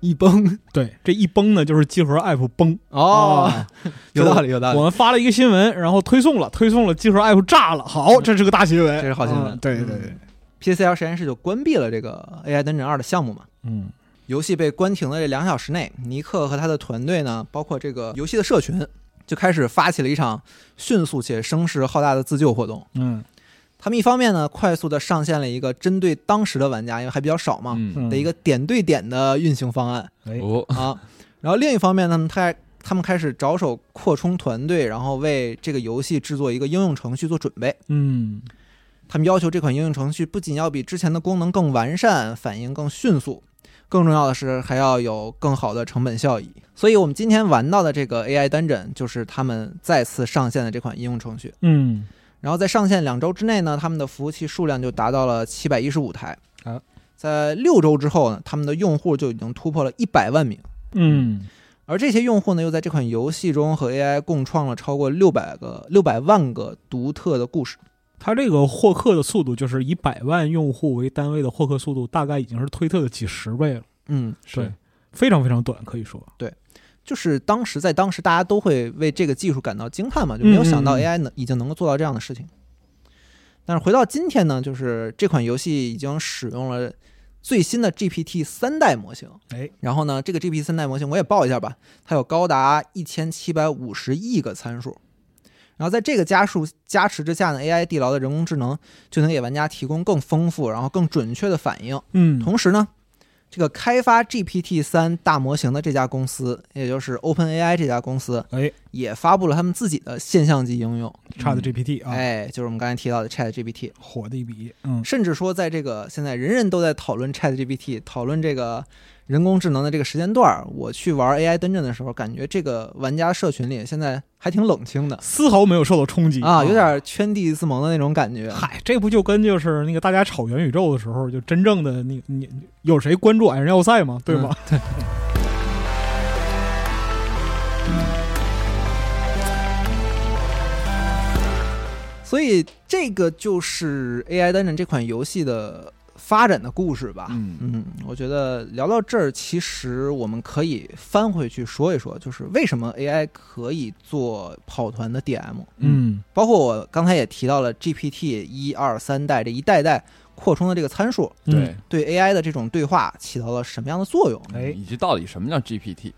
D: 一崩
B: 对，这一崩呢，就是集合 app 崩
D: 哦，
B: 啊
D: 有道理，有道理
B: 我。们发了一个新闻，然后推送了，推送了，集合 app 炸了，好，这是个大新闻，
D: 嗯这是好新闻
B: 啊对对对，
D: PCL 实验室就关闭了这个 AI 灯诊二的项目嘛。
B: 嗯
D: 游戏被关停的这两小时内，尼克和他的团队呢，包括这个游戏的社群，就开始发起了一场迅速且声势浩大的自救活动。
B: 嗯
D: 他们一方面呢，快速的上线了一个针对当时的玩家，因为还比较少嘛，
C: 嗯，
B: 嗯
D: 的一个点对点的运行方案
B: 哎
C: 哦，
D: 啊。然后另一方面呢，他他们开始着手扩充团队，然后为这个游戏制作一个应用程序做准备。
B: 嗯
D: 他们要求这款应用程序不仅要比之前的功能更完善，反应更迅速，更重要的是还要有更好的成本效益。所以，我们今天玩到的这个 AI 单枕就是他们再次上线的这款应用程序。
B: 嗯
D: 然后在上线两周之内呢，他们的服务器数量就达到了七百一十五台
B: 啊。
D: 在六周之后呢，他们的用户就已经突破了一百万名，
B: 嗯
D: 而这些用户呢，又在这款游戏中和 AI 共创了超过六百个六百万个独特的故事。
B: 它这个获客的速度，就是以百万用户为单位的获客速度，大概已经是推特的几十倍了，
D: 嗯，
B: 对，非常非常短，可以说，
D: 就是当时在当时大家都会为这个技术感到惊叹嘛，就没有想到
B: 嗯嗯
D: AI 能已经能够做到这样的事情。但是回到今天呢，就是这款游戏已经使用了最新的 GPT 三代模型，
B: 哎，
D: 然后呢，这个 GPT 三代模型我也报一下吧，它有高达一千七百五十亿个参数。然后在这个加数加持之下呢，AI 地牢的人工智能就能给玩家提供更丰富、然后更准确的反应，
B: 嗯
D: 同时呢，这个开发 GPT 三大模型的这家公司，也就是 OpenAI 这家公司，
B: 哎，
D: 也发布了他们自己的现象级应用，
B: ，Chat GPT 啊，
D: 哎，就是我们刚才提到的 ChatGPT，
B: 火的一笔，嗯
D: 甚至说在这个现在人人都在讨论 ChatGPT，讨论这个人工智能的这个时间段儿，我去玩 AI 登阵的时候，感觉这个玩家社群里现在还挺冷清的
B: 丝毫没有受到冲击
D: 啊，有。点圈地自萌的那种感觉。
B: 嗯嗨，这不就跟就是那个大家炒元宇宙的时候，就真正的那个你有谁关注矮人要塞吗？对吗？
D: 所以这个就是 AI 单人这款游戏的发展的故事吧。
C: 嗯
D: 我觉得聊到这儿，其实我们可以翻回去说一说，就是为什么 AI 可以做跑团的 DM，
B: 嗯
D: 包括我刚才也提到了 GPT 一二三代这一代代扩充的这个参数，
C: 嗯
B: 嗯
C: 对，
D: 对 AI 的这种对话起到了什么样的作用？
B: 哎
C: 以及到底什么叫 GPT？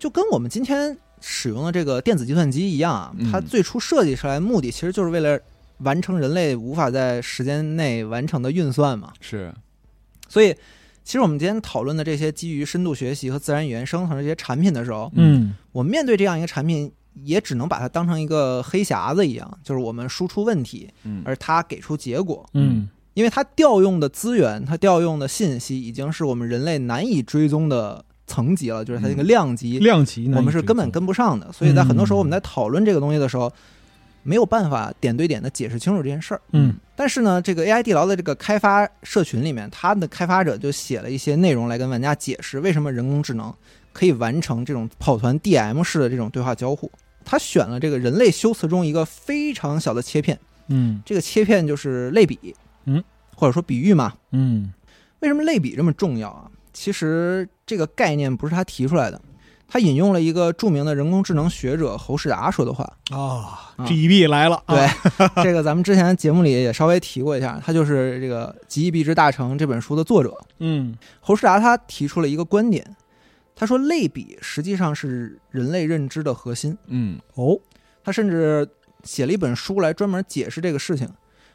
D: 就跟我们今天使用的这个电子计算机一样啊，
C: 嗯
D: 它最初设计出来的目的其实就是为了完成人类无法在时间内完成的运算嘛。
C: 是，
D: 所以，其实我们今天讨论的这些基于深度学习和自然语言生成的这些产品的时候，
B: 嗯
D: 我们面对这样一个产品，也只能把它当成一个黑匣子一样，就是我们输出问题，
C: 嗯，
D: 而它给出结果。
B: 嗯
D: 因为它调用的资源，它调用的信息，已经是我们人类难以追踪的层级了，就是它这个
C: 嗯
D: 量级，
B: 量级呢，
D: 我们是根本跟不上的。所以在很多时候，我们在讨论这个东西的时候，没有办法点对点的解释清楚这件事儿。
B: 嗯
D: 但是呢，这个 AI 地牢的这个开发社群里面，它的开发者就写了一些内容来跟玩家解释为什么人工智能可以完成这种跑团 DM 式的这种对话交互。他选了这个人类修辞中一个非常小的切片，
B: 嗯
D: 这个切片就是类比，
B: 嗯，
D: 或者说比喻嘛。
B: 嗯
D: 为什么类比这么重要啊？其实这个概念不是他提出来的，他引用了一个著名的人工智能学者侯世达说的话，
B: 啊
D: 啊
B: ，GEB 来了，
D: 对，这个咱们之前节目里也稍微提过一下，他就是这个《极易避之大成》这本书的作者
B: 嗯
D: 侯世达，他提出了一个观点，他说类比实际上是人类认知的核心。
C: 嗯
B: 哦，
D: 他甚至写了一本书来专门解释这个事情，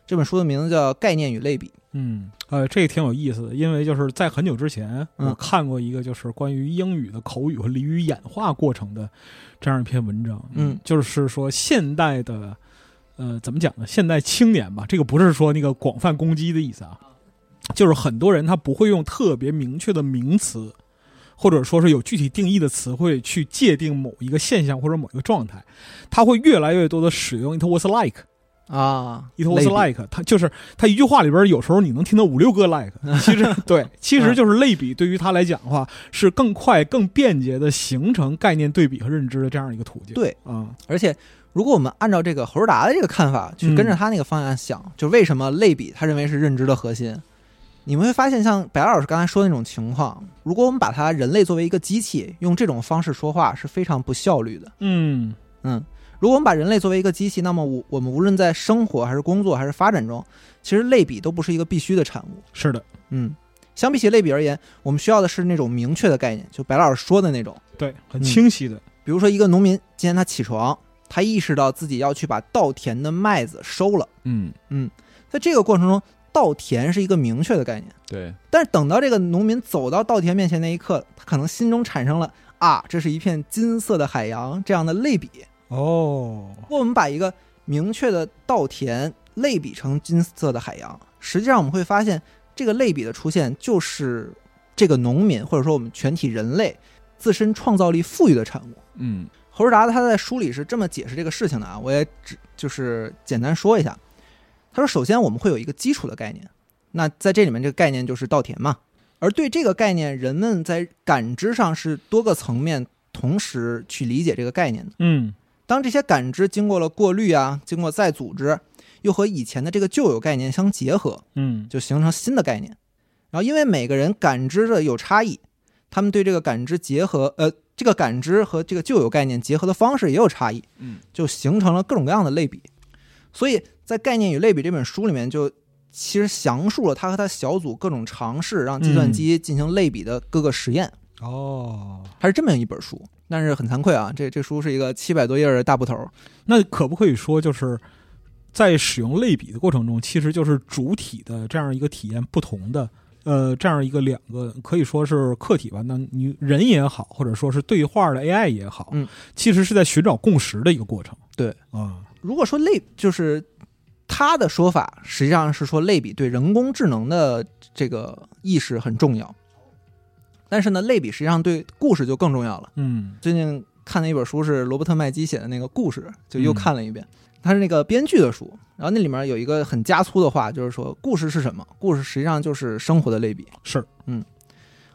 D: 这本书的名字叫《概念与类比》。
B: 嗯，呃，这个挺有意思的，因为就是在很久之前，
D: 嗯
B: 我看过一个就是关于英语的口语和俚语演化过程的这样一篇文章，
D: 嗯
B: 就是说现代的，呃，怎么讲呢？现代青年吧，这个不是说那个广泛攻击的意思啊，就是很多人他不会用特别明确的名词，或者说是有具体定义的词汇去界定某一个现象或者某一个状态，他会越来越多的使用 it was like。
D: 啊，
B: It was
D: Lady
B: like，它就是它一句话里边有时候你能听到五六个 like，其实对，其实就是类比对于它来讲的话是更快、更便捷的形成概念对比和认知的这样一个途径。
D: 对
B: 啊，
D: 而且，如果我们按照这个侯尔达的这个看法去跟着他那个方向想，就为什么类比他认为是认知的核心，你们会发现，像白老师刚才说的那种情况，如果我们把它人类作为一个机器，用这种方式说话是非常不效率的。
B: 嗯
D: 嗯，如果我们把人类作为一个机器，那么我我们无论在生活还是工作还是发展中，其实类比都不是一个必须的产物。
B: 是的，
D: 嗯，相比起类比而言，我们需要的是那种明确的概念，就白老师说的那种。
B: 对，很
D: 嗯
B: 清晰的，
D: 比如说，一个农民今天他起床，他意识到自己要去把稻田的麦子收了。
C: 嗯，
D: 在这个过程中，稻田是一个明确的概念，
C: 对，
D: 但是等到这个农民走到稻田面前那一刻，他可能心中产生了啊，这是一片金色的海洋这样的类比。
B: 哦，
D: 如果我们把一个明确的稻田类比成金色的海洋，实际上我们会发现，这个类比的出现就是这个农民或者说我们全体人类自身创造力富裕的产物。
C: 嗯
D: 侯世达他在书里是这么解释这个事情的啊，我也只就是简单说一下。他说，首先我们会有一个基础的概念，那在这里面这个概念就是稻田嘛。而对这个概念，人们在感知上是多个层面同时去理解这个概念的。
B: 嗯
D: 当这些感知经过了过滤啊，经过再组织，又和以前的这个旧有概念相结合，
B: 嗯
D: 就形成新的概念。然后，因为每个人感知的有差异，他们对这个感知结合，呃，这个感知和这个旧有概念结合的方式也有差异，
C: 嗯
D: 就形成了各种各样的类比。所以在《概念与类比》这本书里面，就其实详述了他和他小组各种尝试让计算机进行类比的各个实验，
B: 哦，
D: 它是这么样一本书。但是很惭愧啊，这这书是一个七百多页的大部头儿，
B: 那可不可以说就是？在使用类比的过程中，其实就是主体的这样一个体验不同的，呃，这样一个两个可以说是客体吧。那你人也好，或者说是对话的 AI 也好，
D: 嗯
B: 其实是在寻找共识的一个过程。
D: 对
B: 啊，
D: 如果说类就是他的说法，实际上是说类比对人工智能的这个意识很重要，但是呢，类比实际上对故事就更重要了。
B: 嗯
D: 最近看的一本书是罗伯特麦基写的那个故事，就
B: 嗯
D: 又看了一遍。他是那个编剧的书，然后那里面有一个很加粗的话，就是说故事是什么？故事实际上就是生活的类比。
B: 是，
D: 嗯。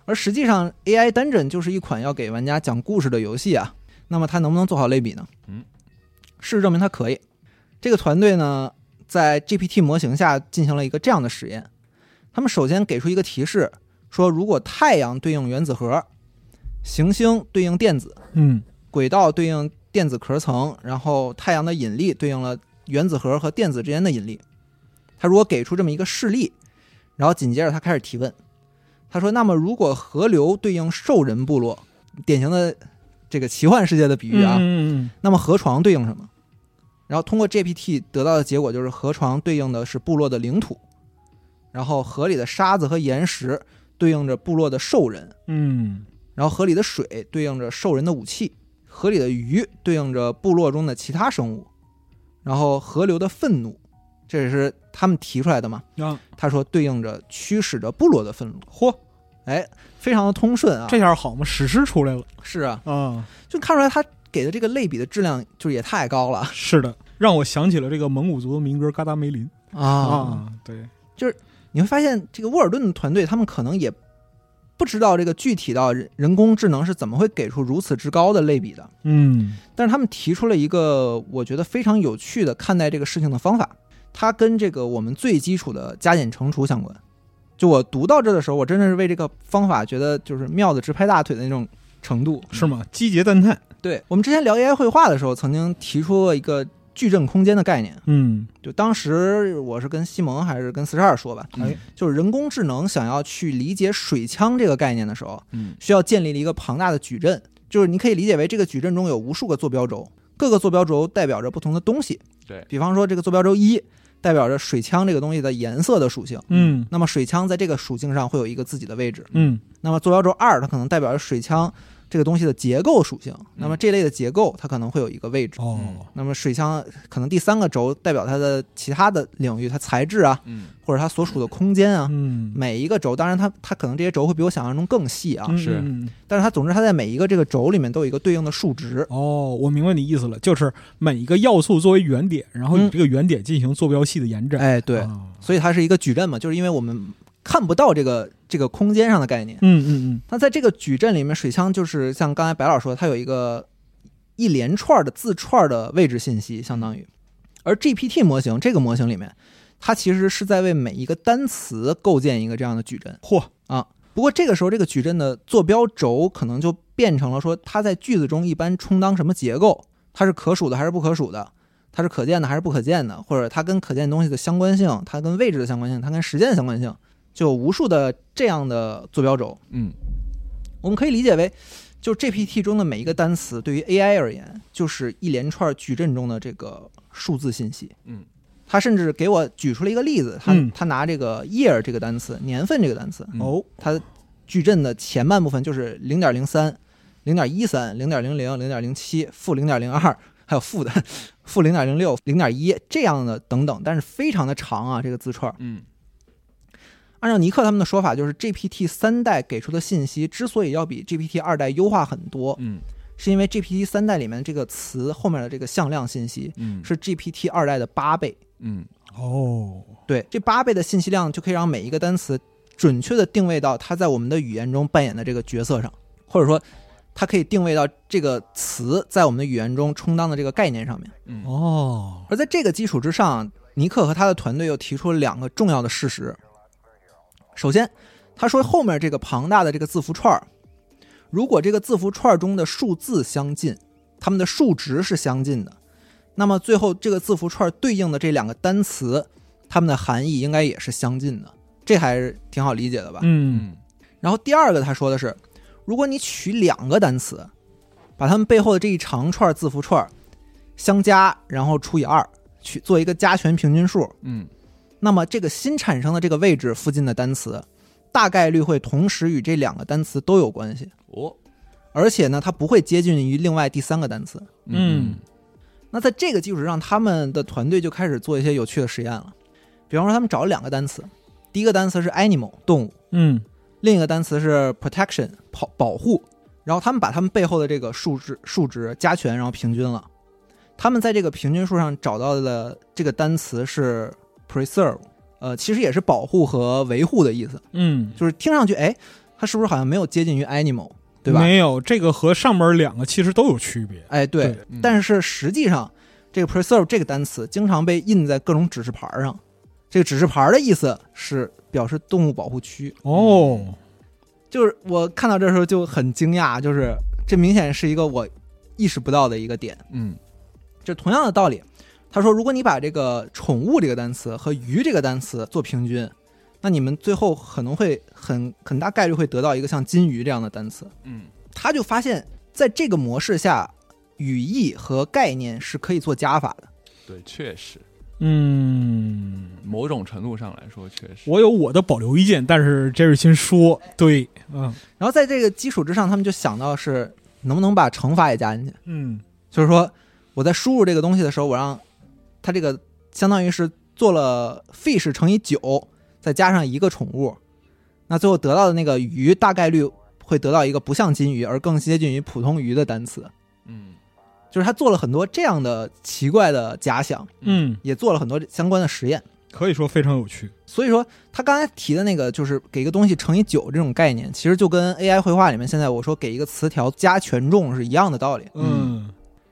D: 而实际上，AI 单枕就是一款要给玩家讲故事的游戏啊。那么它能不能做好类比呢？
C: 嗯，
D: 事实证明它可以。这个团队呢，在 GPT 模型下进行了一个这样的实验。他们首先给出一个提示，说如果太阳对应原子核，行星对应电子，
B: 嗯
D: 轨道对应电子壳层，然后太阳的引力对应了原子核和电子之间的引力。他如果给出这么一个示例，然后紧接着他开始提问，他说：“那么如果河流对应兽人部落，典型的这个奇幻世界的比喻啊，
B: 嗯
D: 那么河床对应什么？”然后通过 GPT 得到的结果就是河床对应的是部落的领土，然后河里的沙子和岩石对应着部落的兽人，
B: 嗯
D: 然后河里的水对应着兽人的武器，河里的鱼对应着部落中的其他生物，然后河流的愤怒，这也是他们提出来的嘛？
B: 嗯啊，
D: 他说对应着驱使着部落的愤怒，
B: 嚯，
D: 哎，非常的通顺啊。
B: 这下好嘛，史诗出来了
D: 是啊，
B: 啊！
D: 就看出来他给的这个类比的质量就是也太高了
B: 是的，让我想起了这个蒙古族的民歌《嘎达梅林》
D: 啊！
B: 啊，对，
D: 你会发现这个沃尔顿的团队，他们可能也不知道这个具体到人人工智能是怎么会给出如此之高的类比的。
B: 嗯
D: 但是他们提出了一个我觉得非常有趣的看待这个事情的方法，它跟这个我们最基础的加减乘除相关。就我读到这的时候，我真的是为这个方法觉得就是妙的直拍大腿的那种程度。
B: 是吗？击节赞叹，
D: 对我们之前聊 AI 绘画的时候，曾经提出过一个矩阵空间的概念。
B: 嗯
D: 就当时我是跟西蒙还是跟四十二说吧，
B: 哎
D: 就是人工智能想要去理解水枪这个概念的时候，
C: 嗯
D: 需要建立了一个庞大的矩阵，就是你可以理解为这个矩阵中有无数个坐标轴，各个坐标轴代表着不同的东西。
C: 对
D: 比方说，这个坐标轴一代表着水枪这个东西的颜色的属性，
B: 嗯
D: 那么水枪在这个属性上会有一个自己的位置。
B: 嗯
D: 那么坐标轴二它可能代表着水枪这个东西的结构属性。那么这类的结构，它可能会有一个位置。
B: 哦，
D: 那么水枪可能第三个轴代表它的其他的领域，它材质啊，
C: 嗯，
D: 或者它所属的空间啊，
B: 嗯，
D: 每一个轴，当然它它可能这些轴会比我想象中更细啊，
B: 嗯
C: 是
B: 嗯嗯
D: 但是它总之它在每一个这个轴里面都有一个对应的数值。
B: 哦，我明白你意思了，就是每一个要素作为原点，然后以
D: 嗯
B: 这个原点进行坐标系的延展。
D: 哎，对，
B: 啊
D: 所以它是一个矩阵嘛，就是因为我们看不到这个这个空间上的概念。
B: 嗯嗯
D: 那在这个矩阵里面，水枪就是像刚才白老师说，它有一个一连串的字串的位置信息，相当于。而 GPT 模型这个模型里面，它其实是在为每一个单词构建一个这样的矩阵。嚯啊！不过这个时候，这个矩阵的坐标轴可能就变成了说，它在句子中一般充当什么结构，它是可数的还是不可数的，它是可见的还是不可见的，或者它跟可见的东西的相关性，它跟位置的相关性，它跟时间的相关性，就有无数的这样的坐标轴。
C: 嗯，
D: 我们可以理解为，就 GPT 中的每一个单词，对于 AI 而言，就是一连串矩阵中的这个数字信息。
C: 嗯，
D: 他甚至给我举出了一个例子，他、
B: 嗯
D: 他拿这个 year 这个单词，年份这个单词，
B: 嗯，
C: 嗯
B: 哦，
D: 它矩阵的前半部分就是零点零三、零点一三、零点零零、零点零七、负零点零二，还有负的负零点零六、零点一这样的等等，但是非常的长啊，这个字串。
C: 嗯，
D: 按照尼克他们的说法，就是 GPT 三代给出的信息之所以要比 GPT 二代优化很多，
C: 嗯，
D: 是因为 GPT 三代里面这个词后面的这个向量信息
C: 嗯，
D: 是 GPT 二代的八倍。
C: 嗯，
B: 哦，
D: 对，这八倍的信息量就可以让每一个单词准确的定位到它在我们的语言中扮演的这个角色上，或者说它可以定位到这个词在我们的语言中充当的这个概念上面。
C: 嗯，
B: 哦，
D: 而在这个基础之上，尼克和他的团队又提出了两个重要的事实。首先，他说后面这个庞大的这个字符串儿，如果这个字符串儿中的数字相近，它们的数值是相近的，那么最后这个字符串儿对应的这两个单词，它们的含义应该也是相近的，这还是挺好理解的吧？
B: 嗯，
C: 嗯，
D: 然后第二个他说的是，如果你取两个单词，把它们背后的这一长串字符串相加，然后除以二，去做一个加权平均数，
C: 嗯，
D: 那么这个新产生的这个位置附近的单词，大概率会同时与这两个单词都有关系，
C: 哦，
D: 而且呢，它不会接近于另外第三个单词。
B: 嗯
D: 那在这个基础上，他们的团队就开始做一些有趣的实验了，比方说他们找了两个单词，第一个单词是 animal 动物，
B: 嗯，
D: 另一个单词是 protection 保保护，然后他们把他们背后的这个数值数值加权，然后平均了。他们在这个平均数上找到的这个单词是 preserve，呃，其实也是保护和维护的意思，
B: 嗯，
D: 就是听上去，哎，它是不是好像没有接近于 animal，对吧？
B: 没有，这个和上面两个其实都有区别。
D: 哎，对。
B: 对
C: 嗯
D: 但是实际上，这个 preserve 这个单词经常被印在各种指示牌上，这个指示牌的意思是表示动物保护区。
B: 哦，
D: 就是我看到这时候就很惊讶，就是这明显是一个我意识不到的一个点。
C: 嗯，
D: 就同样的道理，他说，如果你把这个“宠物”这个单词和“鱼”这个单词做平均，那你们最后可能会很很大概率会得到一个像“金鱼”这样的单词。
C: 嗯，
D: 他就发现，在这个模式下，语义和概念是可以做加法的。
C: 对，确实，
B: 嗯，
C: 某种程度上来说，确实，
B: 我有我的保留意见，但是杰瑞先说，对，嗯
D: 然后在这个基础之上，他们就想到是能不能把乘法也加进去。
B: 嗯
D: 就是说我在输入这个东西的时候，我让它这个相当于是做了 fish 乘以九，再加上一个宠物，那最后得到的那个鱼大概率会得到一个不像金鱼，而更接近于普通鱼的单词。
C: 嗯，
D: 就是他做了很多这样的奇怪的假想，
B: 嗯，
D: 也做了很多相关的实验。
B: 可以说非常有趣。
D: 所以说，他刚才提的那个就是给一个东西乘以九这种概念，其实就跟 AI 绘画里面现在我说给一个词条加权重是一样的道理。
B: 嗯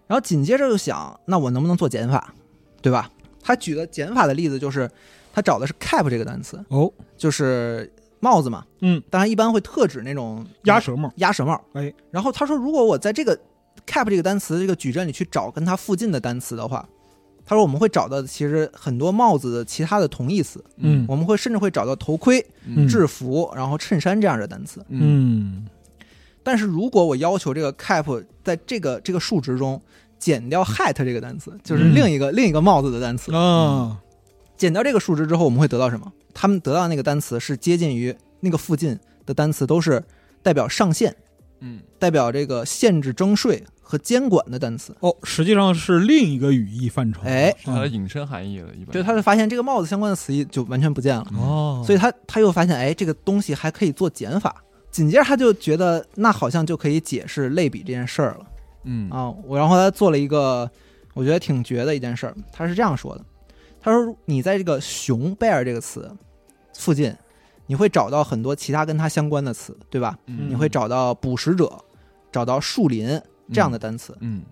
D: 然后紧接着就想，那我能不能做减法，对吧？他举的减法的例子就是，他找的是 cap 这个单词，
B: 哦，
D: 就是帽子嘛，
B: 嗯，
D: 当然一般会特指那种
B: 鸭舌帽，
D: 鸭舌帽。
B: 嗯哎，
D: 然后他说，如果我在这个 cap 这个单词这个矩阵里去找跟它附近的单词的话，他说我们会找到其实很多帽子的其他的同义词，
B: 嗯
D: 我们会甚至会找到头盔、
B: 嗯
D: 制服，然后衬衫这样的单词。
C: 嗯
B: 嗯
D: 但是如果我要求这个 cap 在这个这个数值中减掉 hat 这个单词，就是
B: 嗯
D: 另一个、另一个帽子的单词，
B: 啊，
D: 减掉这个数值之后，我们会得到什么？他们得到那个单词是接近于那个附近的单词，都是代表上限，
C: 嗯
D: 代表这个限制征税和监管的单词。
B: 哦，实际上是另一个语义范畴。
D: 哎
B: 嗯
C: 是它的引申含义了，一般
D: 对，他就发现这个帽子相关的词义就完全不见了，
B: 哦，
D: 所
B: 以
D: 以他他又发现，哎，这个东西还可以做减法。紧接着他就觉得，那好像就可以解释类比这件事儿了。
C: 嗯
D: 啊，我然后他做了一个我觉得挺绝的一件事儿，他是这样说的：他说你在这个“熊 bear” 这个词附近，你会找到很多其他跟它相关的词，对吧？
C: 嗯
D: 你会找到捕食者，找到树林这样的单词。
C: 嗯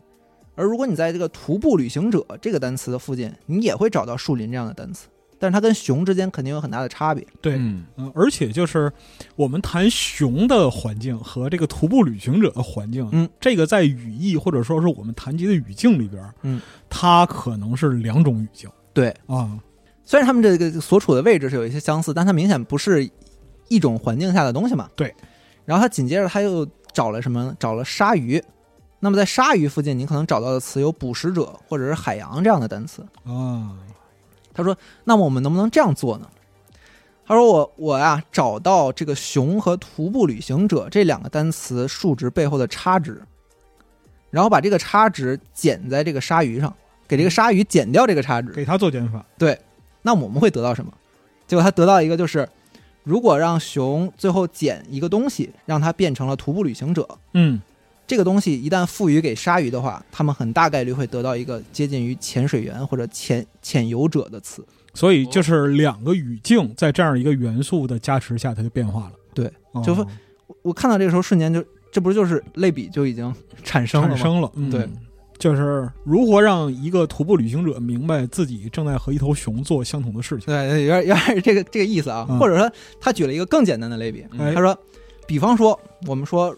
D: 而如果你在这个徒步旅行者这个单词的附近，你也会找到树林这样的单词，但是它跟熊之间肯定有很大的差别。
B: 对，
C: 嗯
B: 嗯，而且就是我们谈熊的环境和这个徒步旅行者的环境，
D: 嗯，
B: 这个在语义或者说是我们谈及的语境里边，
D: 嗯，
B: 它可能是两种语境
D: 对，
B: 啊。
D: 虽然他们这个所处的位置是有一些相似，但它明显不是一种环境下的东西嘛。
B: 对。
D: 然后他紧接着他又找了什么呢？找了鲨鱼。那么在鲨鱼附近，你可能找到的词有捕食者或者是海洋这样的单词。
B: 啊，
D: 他说：“那么我们能不能这样做呢？”他说我：“我呀、找到这个‘熊’和‘徒步旅行者’这两个单词数值背后的差值，然后把这个差值减在这个鲨鱼上，给这个鲨鱼减掉这个差值，
B: 给它做减法，
D: 那我们会得到什么？结果他得到一个就是，如果让熊最后捡一个东西，让它变成了徒步旅行者，
B: 嗯，
D: 这个东西一旦赋予给鲨鱼的话，它们很大概率会得到一个接近于潜水员或者潜潜游者的词。
B: 所以就是两个语境在这样一个元素的加持下，它就变化了。
D: 对，
B: 哦
D: 就说我我看到这个时候瞬间就，这不就是类比就已经产生了吗？
B: 产生了，嗯
D: 对。
B: 就是如何让一个徒步旅行者明白自己正在和一头熊做相同的事情。
D: 对，有点有点 这个这个意思啊。
B: 嗯
D: 或者说，他举了一个更简单的类比，
C: 哎
D: 他说，比方说，我们说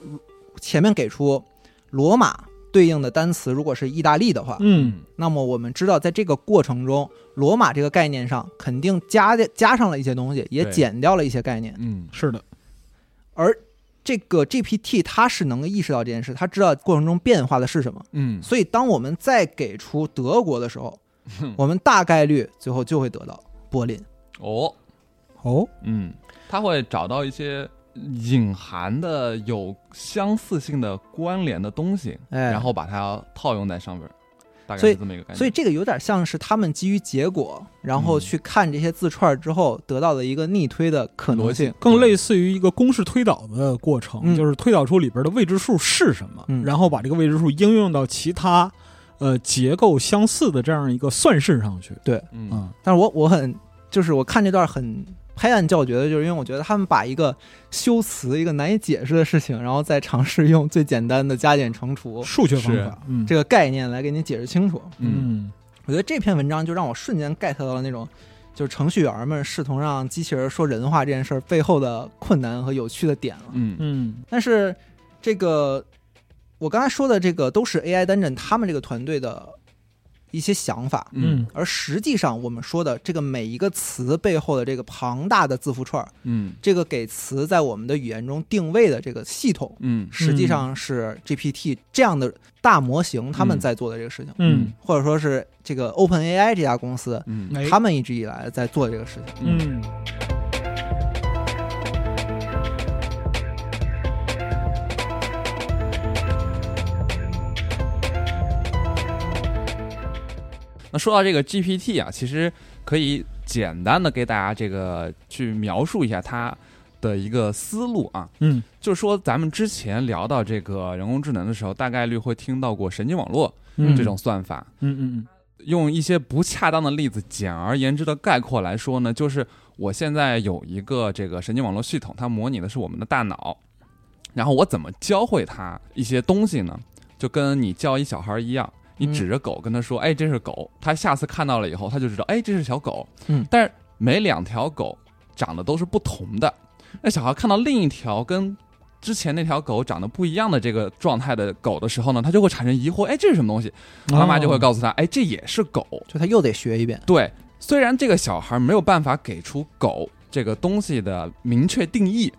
D: 前面给出罗马对应的单词，如果是意大利的话，
B: 嗯，
D: 那么我们知道，在这个过程中，罗马这个概念上肯定加的加上了一些东西，也
C: 对
D: 减掉了一些概念。
C: 嗯
B: 是的，
D: 而这个 GPT 它是能够意识到这件事，它知道过程中变化的是什么。
C: 嗯
D: 所以，当我们再给出德国的时 候，我们大概率最后就会得到柏林。
C: 哦
B: 哦，
C: 嗯，他会找到一些隐含的有相似性的关联的东西，
D: 哎
C: 然后把它套用在上边儿，大概
D: 所以
C: 是这么一个概念。
D: 所以这个有点像是他们基于结果，然后
C: 嗯
D: 去看这些字串儿之后得到的一个逆推的可能性。
B: 更类似于一个公式推导的过程，
D: 嗯
B: 就是推导出里边的未知数是什么，
D: 嗯
B: 然后把这个未知数应用到其他呃结构相似的这样一个算式上去。
C: 嗯
B: 嗯，
D: 但是我我很就是我看这段很拍案叫绝的，就是因为我觉得他们把一个修辞一个难以解释的事情，然后再尝试用最简单的加减乘除
B: 数学方
C: 是
B: 法，嗯，
D: 哦这
B: 个，
D: 个概念来给你解释清楚。
C: 嗯
B: 嗯，
D: 我觉得这篇文章就让我瞬间 get 到了那种。就是程序员们试图让机器人说人话这件事儿背后的困难和有趣的点了。
C: 嗯
B: 嗯，
D: 但是这个我刚才说的这个都是 AI 单阵他们这个团队的一些想法，
B: 嗯，
D: 而实际上我们说的这个每一个词背后的这个庞大的字符串儿，
C: 嗯
D: 这个给词在我们的语言中定位的这个系统，
C: 嗯
D: 实际上是 GPT 这样的大模型他们在做的这个事情，
B: 嗯，
D: 或者说是这个 OpenAI 这家公司。
C: 嗯，
B: 哎
D: 他们一直以来在做这个事情，
B: 嗯。
C: 那说到这个 GPT 啊，其实可以简单的给大家这个去描述一下它的一个思路啊。
B: 嗯，
C: 就是说咱们之前聊到这个人工智能的时候，大概率会听到过神经网络
B: 嗯
C: 这种，算法。
B: 嗯嗯
C: 用一些不恰当的例子，简而言之的概括来说呢，就是我现在有一个这个神经网络系统，它模拟的是我们的大脑，然后我怎么教会它一些东西呢？就跟你教一小孩一样，你
D: 嗯
C: 指着狗跟他说：“哎，这是狗。”他下次看到了以后，他就知道：“哎，这是小狗。”
D: 嗯
C: 但是每两条狗长得都是不同的，那小孩看到另一条跟之前那条狗长得不一样的这个状态的狗的时候呢，他就会产生疑惑：“哎，这是什么东西？”
B: 嗯，
C: 妈妈就会
B: 哦，
C: 告诉他，哎，这也是狗。
D: 就他又得学一遍。
C: 对，虽然这个小孩没有办法给出狗这个东西的明确定义，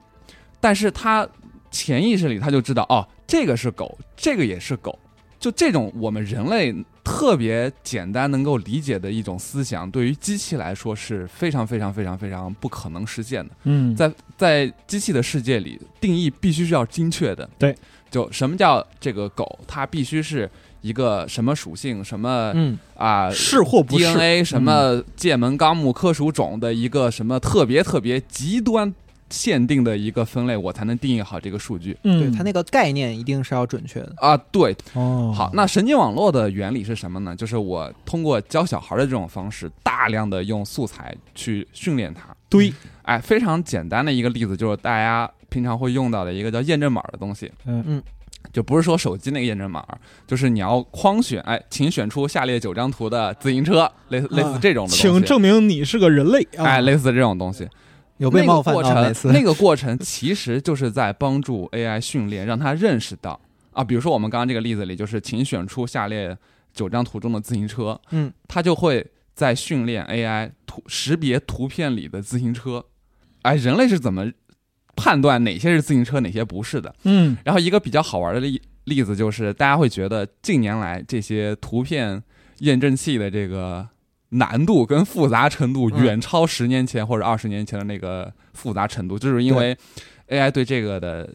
C: 但是他潜意识里他就知道，哦，这个是狗，这个也是狗。就这种我们人类特别简单能够理解的一种思想，对于机器来说是非常非常非常非常不可能实现的。
B: 嗯，
C: 在机器的世界里，定义必须是要精确的。
B: 对，
C: 就什么叫这个狗，它必须是一个什么属性，什么
D: 嗯，
C: 啊、
B: 是或不是
C: DNA 什么界嗯门纲目科属种的一个什么特别特别极端限定的一个分类，我才能定义好这个数据
B: 嗯，
D: 对，它那个概念一定是要准确的。
C: 啊。对，
B: 哦，
C: 好，那神经网络的原理是什么呢？就是我通过教小孩的这种方式，大量的用素材去训练它。
B: 堆，
C: 哎，非常简单的一个例子就是大家平常会用到的一个叫验证码的东西。
B: 嗯
D: 嗯，
C: 就不是说手机那个验证码，就是你要框选，哎，请选出下列九张图的自行车，类似类似这种的东西。
B: 啊请证明你是个人类啊！
C: 哎，类似这种东西，
D: 哦有被冒犯
C: 那个
D: 到
C: 过
D: 每
C: 程，
D: 次，
C: 那个过程其实就是在帮助 AI 训练，让它认识到啊，比如说我们刚刚这个例子里，就是请选出下列九张图中的自行车，
D: 嗯，
C: 它就会在训练 AI 图识别图片里的自行车，哎，人类是怎么判断哪些是自行车，哪些不是的？
B: 嗯
C: 然后一个比较好玩的例例子就是，大家会觉得近年来这些图片验证器的这个难度跟复杂程度
D: 嗯
C: 远超十年前或者二十年前的那个复杂程度，就是因为 AI 对这个的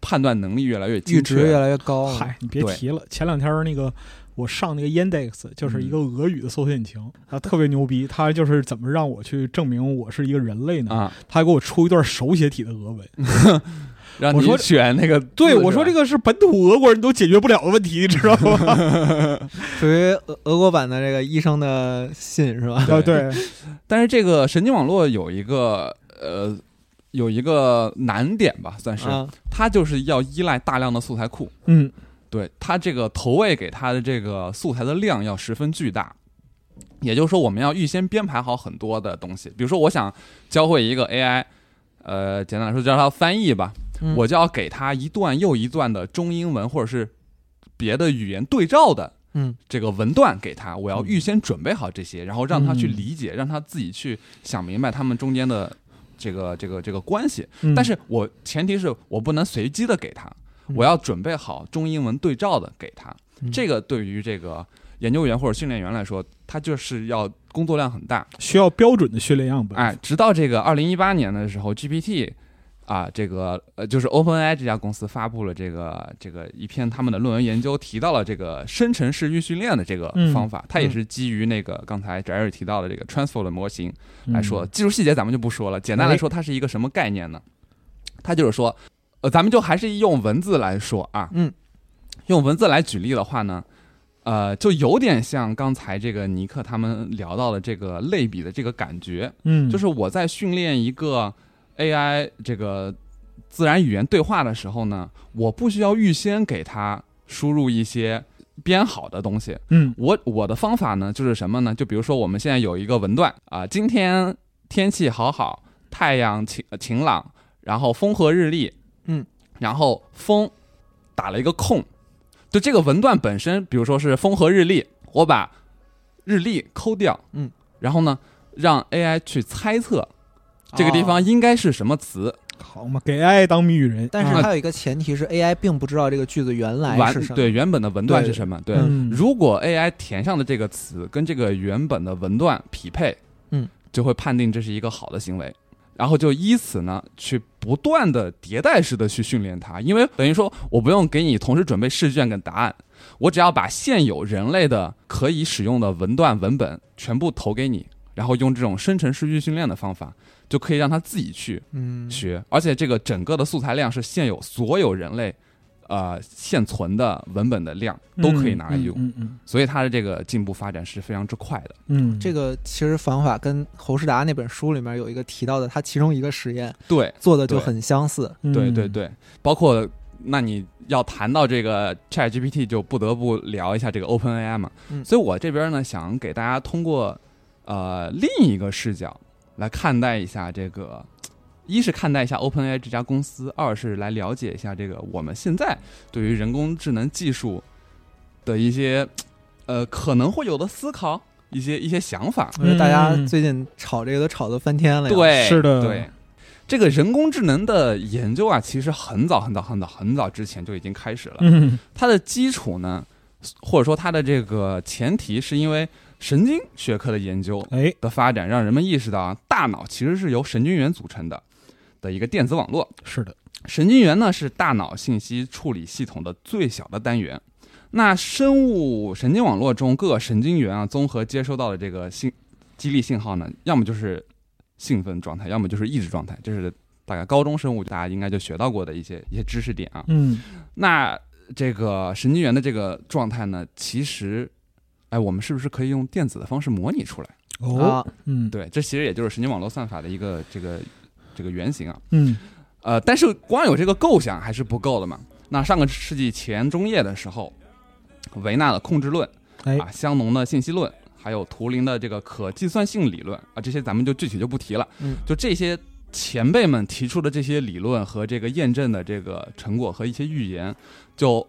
C: 判断能力越来越
D: 阈
C: 精
D: 值越
C: 确。
D: 来越高了。
B: 嗨，你别
C: 哦对
B: 提了。前两天那个我上那个 Yandex，就是一
C: 嗯
B: 个俄语的搜索引擎，它特别牛逼。它就是怎么让我去证明我是一个人类呢？
C: 啊，
B: 它给我出一段手写体的俄文。
C: 让
B: 我
C: 你
B: 说
C: 选那个字
B: 对，
C: 是吧，
B: 我说这个是本土俄国人都解决不了的问题，你知道吗？
D: 属于俄俄国版的这个医生的 信是吧？
B: 啊，对，
C: 但是这个神经网络有一个呃有一个难点吧，算是，
D: 啊，
C: 它就是要依赖大量的素材库。
B: 嗯，
C: 对它这个投喂给它的这个素材的量要十分巨大，也就是说，我们要预先编排好很多的东西。比如说，我想教会一个 AI，呃，简单来说叫它翻译吧，
D: 嗯
C: 我就要给它一段又一段的中英文或者是别的语言对照的
D: 嗯
C: 这个文段给它，我要预先准备好这些，然后让它去
B: 嗯
C: 理解，让它自己去想明白他们中间的这个这个这个关系。
B: 嗯
C: 但是我前提是我不能随机的给他，
D: 嗯
C: 我要准备好中英文对照的给他。
D: 嗯
C: 这个对于这个研究员或者训练员来说，他就是要工作量很大。
B: 需要标准的训练样本。
C: 哎，直到这个二零一八年的时候，GPT 啊，这个呃，就是 OpenAI 这家公司发布了这个这个一篇他们的论文研究，提到了这个生成式预训练的这个
B: 嗯
C: 方法，它也是基于那个刚才翟瑞提到的这个 Transform 的模型。
B: 嗯，哎
C: 来说，技术细节咱们就不说了。简单来说，它是一个什么概念呢？它就是说，呃，咱们就还是用文字来说啊，
D: 嗯，
C: 用文字来举例的话呢，呃，就有点像刚才这个尼克他们聊到的这个类比的这个感觉，
B: 嗯，
C: 就是我在训练一个 AI 这个自然语言对话的时候呢，我不需要预先给它输入一些编好的东西，
B: 嗯
C: 我我的方法呢，就是什么呢？就比如说我们现在有一个文段啊、今天天气好好，太阳晴呃晴朗，然后风和日丽，
D: 嗯，
C: 然后风打了一个空，就这个文段本身，比如说是风和日丽，我把日丽抠掉，
D: 嗯，
C: 然后呢，让 AI 去猜测这个地
D: 哦
C: 方应该是什么词，
B: 好嘛，给爱当谜语人。
D: 但
B: 啊
D: 是它有一个前提是 AI 并不知道这个句子原来
C: 嗯完
D: 是什么。
C: 对原本的文段
D: 对
C: 是什么？对，
B: 嗯
C: 如果 AI 填上的这个词跟这个原本的文段匹配，
D: 嗯，
C: 就会判定这是一个好的行为，然后就依此呢去不断的迭代式的去训练它，因为等于说我不用给你同时准备试卷跟答案，我只要把现有人类的可以使用的文段文本全部投给你，然后用这种生成式预训练的方法，就可以让它自己去
D: 嗯，
C: 学，而且这个整个的素材量是现有所有人类，呃，现存的文本的量都可以拿来用，
B: 嗯嗯
C: 所以它的这个进步发展是非常之快的。
B: 嗯，
D: 这
B: 个
D: 个其实方法跟侯世达那本书里面有一个提到的，他其中一个实验
C: 对，
D: 做的就
C: 对
D: 很相似。
B: 嗯
C: 对，对，对，包括那你要谈到这个 Chat GPT，就不得不聊一下这个 Open AI 嘛。
D: 嗯
C: 所以我这边呢，想给大家通过呃另一个视角来看待一下这个。一是看待一下 OpenAI 这家公司，二是来了解一下这个我们现在对于人工智能技术的一些呃可能会有的思考，一些一些想法。
D: 我觉得大家
B: 嗯
D: 最近炒这个都炒得翻天了呀。
C: 对，
B: 是的
C: 对。这个人工智能的研究啊，其实很早很早很早很早之前就已经开始了。
B: 嗯
C: 它的基础呢，或者说它的这个前提，是因为神经学科的研究
B: 哎
C: 的发展，让人们意识到啊，大脑其实是由神经元组成的。的一个电子网络。
B: 是的，
C: 神经元呢是大脑信息处理系统的最小的单元。那生物神经网络中各个神经元啊，综合接收到的这个信激励信号呢，要么就是兴奋状态，要么就是抑制状态，这是大概高中生物大家应该就学到过的一些一些知识点啊。
B: 嗯，
C: 那这个神经元的这个状态呢，其实，哎，我们是不是可以用电子的方式模拟出来？
B: 哦，
D: 啊，
B: 嗯，，
C: 对，这其实也就是神经网络算法的一个这个这个原型啊。
B: 嗯，
C: 呃，但是光有这个构想还是不够的嘛。那上个世纪前中叶的时候，维纳的控制论
B: 哎，
C: 啊，香农的信息论，还有图灵的这个可计算性理论啊，这些咱们就具体就不提了。
D: 嗯，
C: 就这些前辈们提出的这些理论和这个验证的这个成果和一些预言，就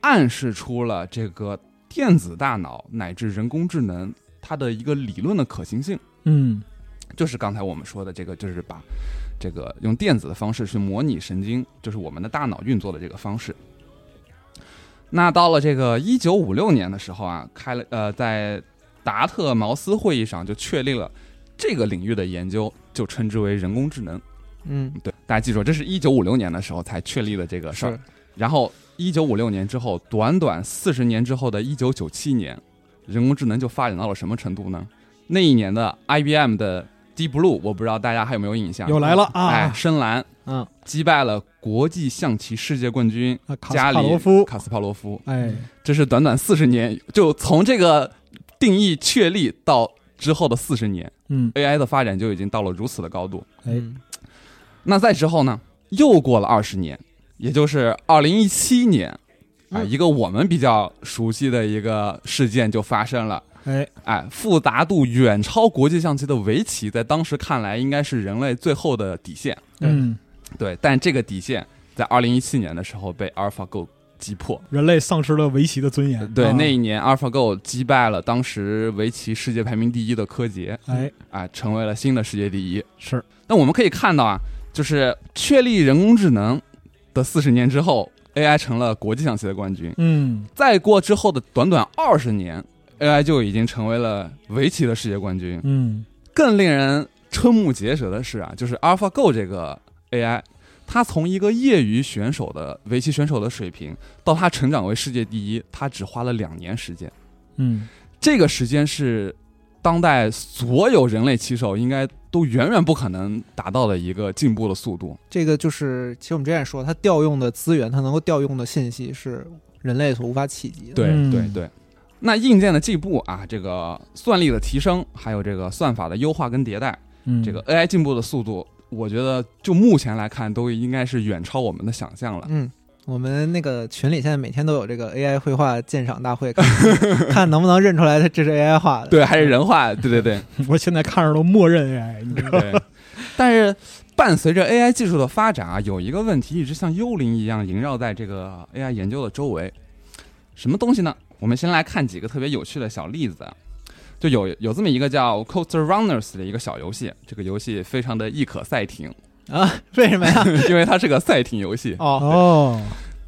C: 暗示出了这个电子大脑乃至人工智能它的一个理论的可行性。
B: 嗯，
C: 就是刚才我们说的这个，就是把这个用电子的方式去模拟神经，就是我们的大脑运作的这个方式。那到了这个一九五六年的时候啊，开了呃，在达特茅斯会议上就确立了这个领域的研究，就称之为人工智能。
D: 嗯，
C: 对，大家记住，这是一九五六年的时候才确立的这个事儿。
D: 是，
C: 然后，一九五六年之后，短短四十年之后的一九九七年，人工智能就发展到了什么程度呢？那一年的 IBM 的 Deep Blue，我不知道大家还有没有印象？
B: 又来了啊
C: 哎，深蓝
D: 嗯，
C: 击败了国际象棋世界冠军
B: 啊卡斯
C: 加里
B: 帕罗夫
C: 卡斯帕罗夫，
B: 哎，
C: 这是短短四十年，就从这个定义确立到之后的四十年
B: 嗯，
C: ，AI 的发展就已经到了如此的高度。
B: 哎，
D: 嗯
C: 那再之后呢，又过了二十年，也就是二零一七年，啊、
D: 嗯
C: 一个我们比较熟悉的一个事件就发生了。
B: 哎，
C: 哎，复杂度远超国际象棋的围棋，在当时看来应该是人类最后的底线。
B: 嗯，
C: 对，但这个底线在二零一七年的时候被 AlphaGo 击破。
B: 人类丧失了围棋的尊严，
C: 对，
B: 啊
C: 那一年 AlphaGo 击败了当时围棋世界排名第一的柯洁，
B: 哎，
C: 啊、成为了新的世界第一。
B: 是，
C: 那我们可以看到啊，就是确立人工智能的四十年之后，AI 成了国际象棋的冠军。
B: 嗯，
C: 再过之后的短短二十年，AI 就已经成为了围棋的世界冠军。
B: 嗯，
C: 更令人瞠目结舌的是啊，就是 AlphaGo 这个 AI，它从一个业余选手的围棋选手的水平，到它成长为世界第一，它只花了两年时间。
B: 嗯，
C: 这个时间是当代所有人类棋手应该都远远不可能达到的一个进步的速度。
D: 这个就是，其实我们之前也说，它调用的资源，它能够调用的信息是人类所无法企及的。
C: 对
B: 嗯
C: 对对。那硬件的进步啊，这个算力的提升，还有这个算法的优化跟迭代，
B: 嗯，
C: 这个 AI 进步的速度，我觉得就目前来看，都应该是远超我们的想象了。
D: 嗯，我们那个群里现在每天都有这个 AI 绘画鉴赏大 会，看看能不能认出来它这是 AI 画的。
C: 对，还是人话，对对对
B: 我现在看着都默认 AI，你知道吗，
C: 对。 但是伴随着 AI 技术的发展啊，有一个问题一直像幽灵一样萦绕在这个 AI 研究的周围，什么东西呢？我们先来看几个特别有趣的小例子啊。就有有这么一个叫 Coaster Runners 的一个小游戏，这个游戏非常的易可赛艇，
D: 啊，为什么呀？
C: 因为它是个赛艇游戏，
D: 哦，
B: 哦，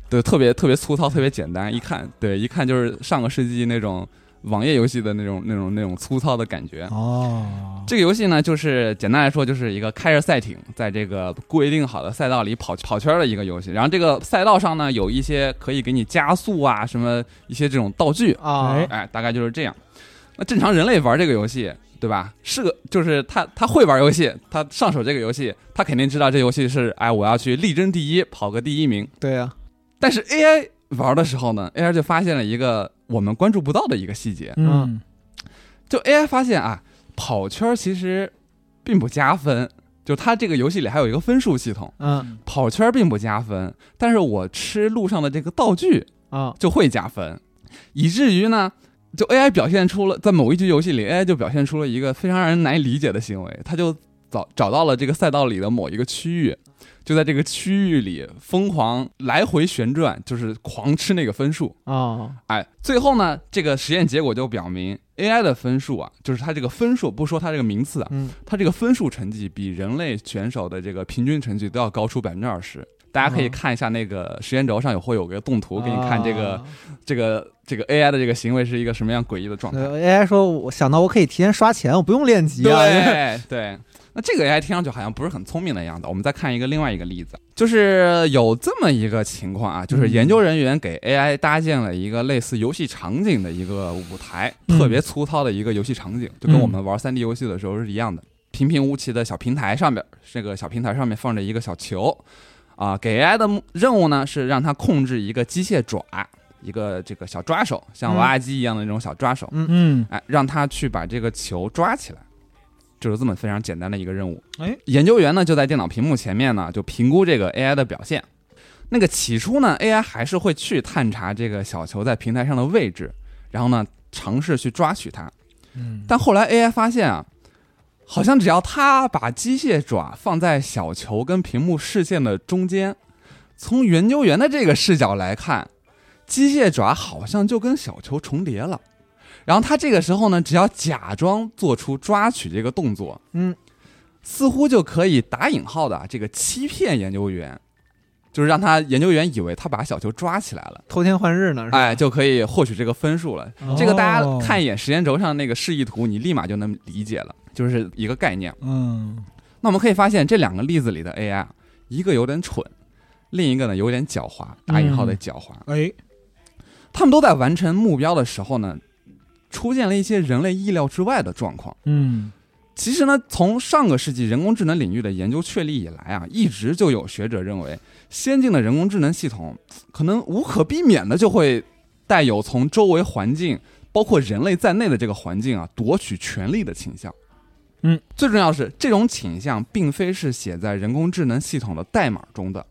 C: 对，特别特别粗糙，特别简单，一看，对，一看就是上个世纪那种网页游戏的那种那种那种粗糙的感觉。
B: 哦，
C: 这个游戏呢，就是简单来说，就是一个开着赛艇在这个规定好的赛道里跑跑圈儿的一个游戏。然后这个赛道上呢，有一些可以给你加速啊，什么一些这种道具，
D: 啊，
B: 哎
C: 哎，大概就是这样。那正常人类玩这个游戏，对吧？是个，就是他他会玩游戏，他上手这个游戏，他肯定知道这游戏是，哎，我要去力争第一，跑个第一名。
D: 对啊呀、
C: 但是 AI 玩的时候呢，AI 就发现了一个我们关注不到的一个细节，
B: 嗯，
C: 就 AI 发现啊，跑圈儿其实并不加分，就它这个游戏里还有一个分数系统，
D: 嗯
C: 跑圈儿并不加分，但是我吃路上的这个道具
D: 啊，
C: 就会加分，以至于呢。就 AI 表现出了，在某一局游戏里，AI 就表现出了一个非常让人难以理解的行为，它就找找到了这个赛道里的某一个区域，就在这个区域里疯狂来回旋转，就是狂吃那个分数。
D: 哦，
C: 哎，最后呢，这个实验结果就表明，AI 的分数啊，就是它这个分数，不说它这个名次啊，
D: 嗯，
C: 它这个分数成绩比人类选手的这个平均成绩都要高出百分之二十。大家可以
D: 啊
C: 看一下那个时间轴上有会有个动图，给你
D: 啊
C: 看这个、这个这个 AI 的这个行为是一个
D: 呃哎
C: 什么样诡异的状态。
D: 对 AI 说，我想到我可以提前刷钱，我不用练级啊。
C: 对对，那那这个 AI 听上去好像不是很聪明的样子。我们再看一个另外一个例子，就是有这么一个情况啊，就是
B: 嗯
C: 研究人员给 AI 搭建了一个类似游戏场景的一个舞台，
B: 嗯
C: 特别粗糙的一个游戏场景，就跟我们玩 3D 游戏的时候是一样的，平平无奇的小平台上面，这个小平台上面放着一个小球，啊，给 AI 的目任务呢是让它控制一个机械爪，一个这个小抓手，像娃娃机一样的那种小抓手，
B: 嗯，
C: 哎，让他去把这个球抓起来，就是这么非常简单的一个任务。
B: 哎，
C: 研究员呢就在电脑屏幕前面呢，就评估这个 AI 的表现。那个起初呢，AI 还是会去探查这个小球在平台上的位置，然后呢尝试去抓取它。
B: 嗯，
C: 但后来 AI 发现啊，好像只要它把机械爪放在小球跟屏幕视线的中间，从研究员的这个视角来看，机械爪好像就跟小球重叠了。然后他这个时候呢，只要假装做出抓取这个动作，
D: 嗯，
C: 似乎就可以打引号的啊这个欺骗研究员，就是让他研究员以为他把小球抓起来了。
D: 偷天换日呢，是吧？
C: 哎，就可以获取这个分数了。
B: 嗯
C: 这个大
B: 哦
C: 家看一眼时间轴上那个示意图，你立马就能理解了，就是一个概念。
B: 嗯，
C: 那我们可以发现，这两个例子里的 AI，啊一个有点蠢，另一个呢有点狡猾，打引号的狡猾。
B: 哎，
C: 他们都在完成目标的时候呢，出现了一些人类意料之外的状况。
B: 嗯，
C: 其实呢，从上个世纪人工智能领域的研究确立以来啊，一直就有学者认为，先进的人工智能系统可能无可避免的就会带有从周围环境，包括人类在内的这个环境啊，夺取权利的倾向。
B: 嗯，
C: 最重要的是，这种倾向并非是写在人工智能系统的代码中的，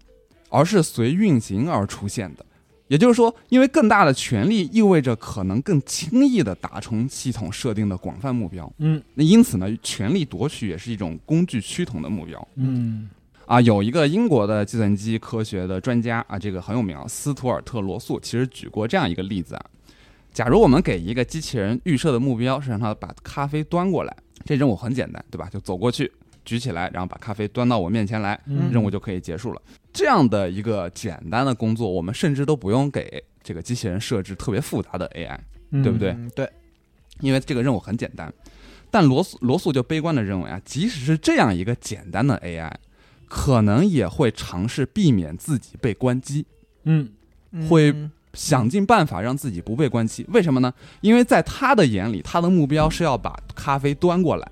C: 而是随运行而出现的。也就是说，因为更大的权利意味着可能更轻易地达成系统设定的广泛目标。
B: 嗯，
C: 那因此呢，权力夺取也是一种工具趋同的目标
B: 嗯，
C: 啊。有一个英国的计算机科学的专家啊，这个很有名啊，斯图尔特·罗素，其实举过这样一个例子啊。假如我们给一个机器人预设的目标是让它把咖啡端过来，这任务很简单，对吧？就走过去，举起来，然后把咖啡端到我面前来，
B: 嗯
C: 任务就可以结束了。这样的一个简单的工作，我们甚至都不用给这个机器人设置特别复杂的 AI。对不对
D: 嗯对，
C: 因为这个任务很简单。但罗素罗素就悲观的认为啊，即使是这样一个简单的 AI，可能也会尝试避免自己被关机，
B: 嗯，
C: 会
D: 嗯
C: 想尽办法让自己不被关机。为什么呢？因为在他的眼里，他的目标是要把咖啡端过来。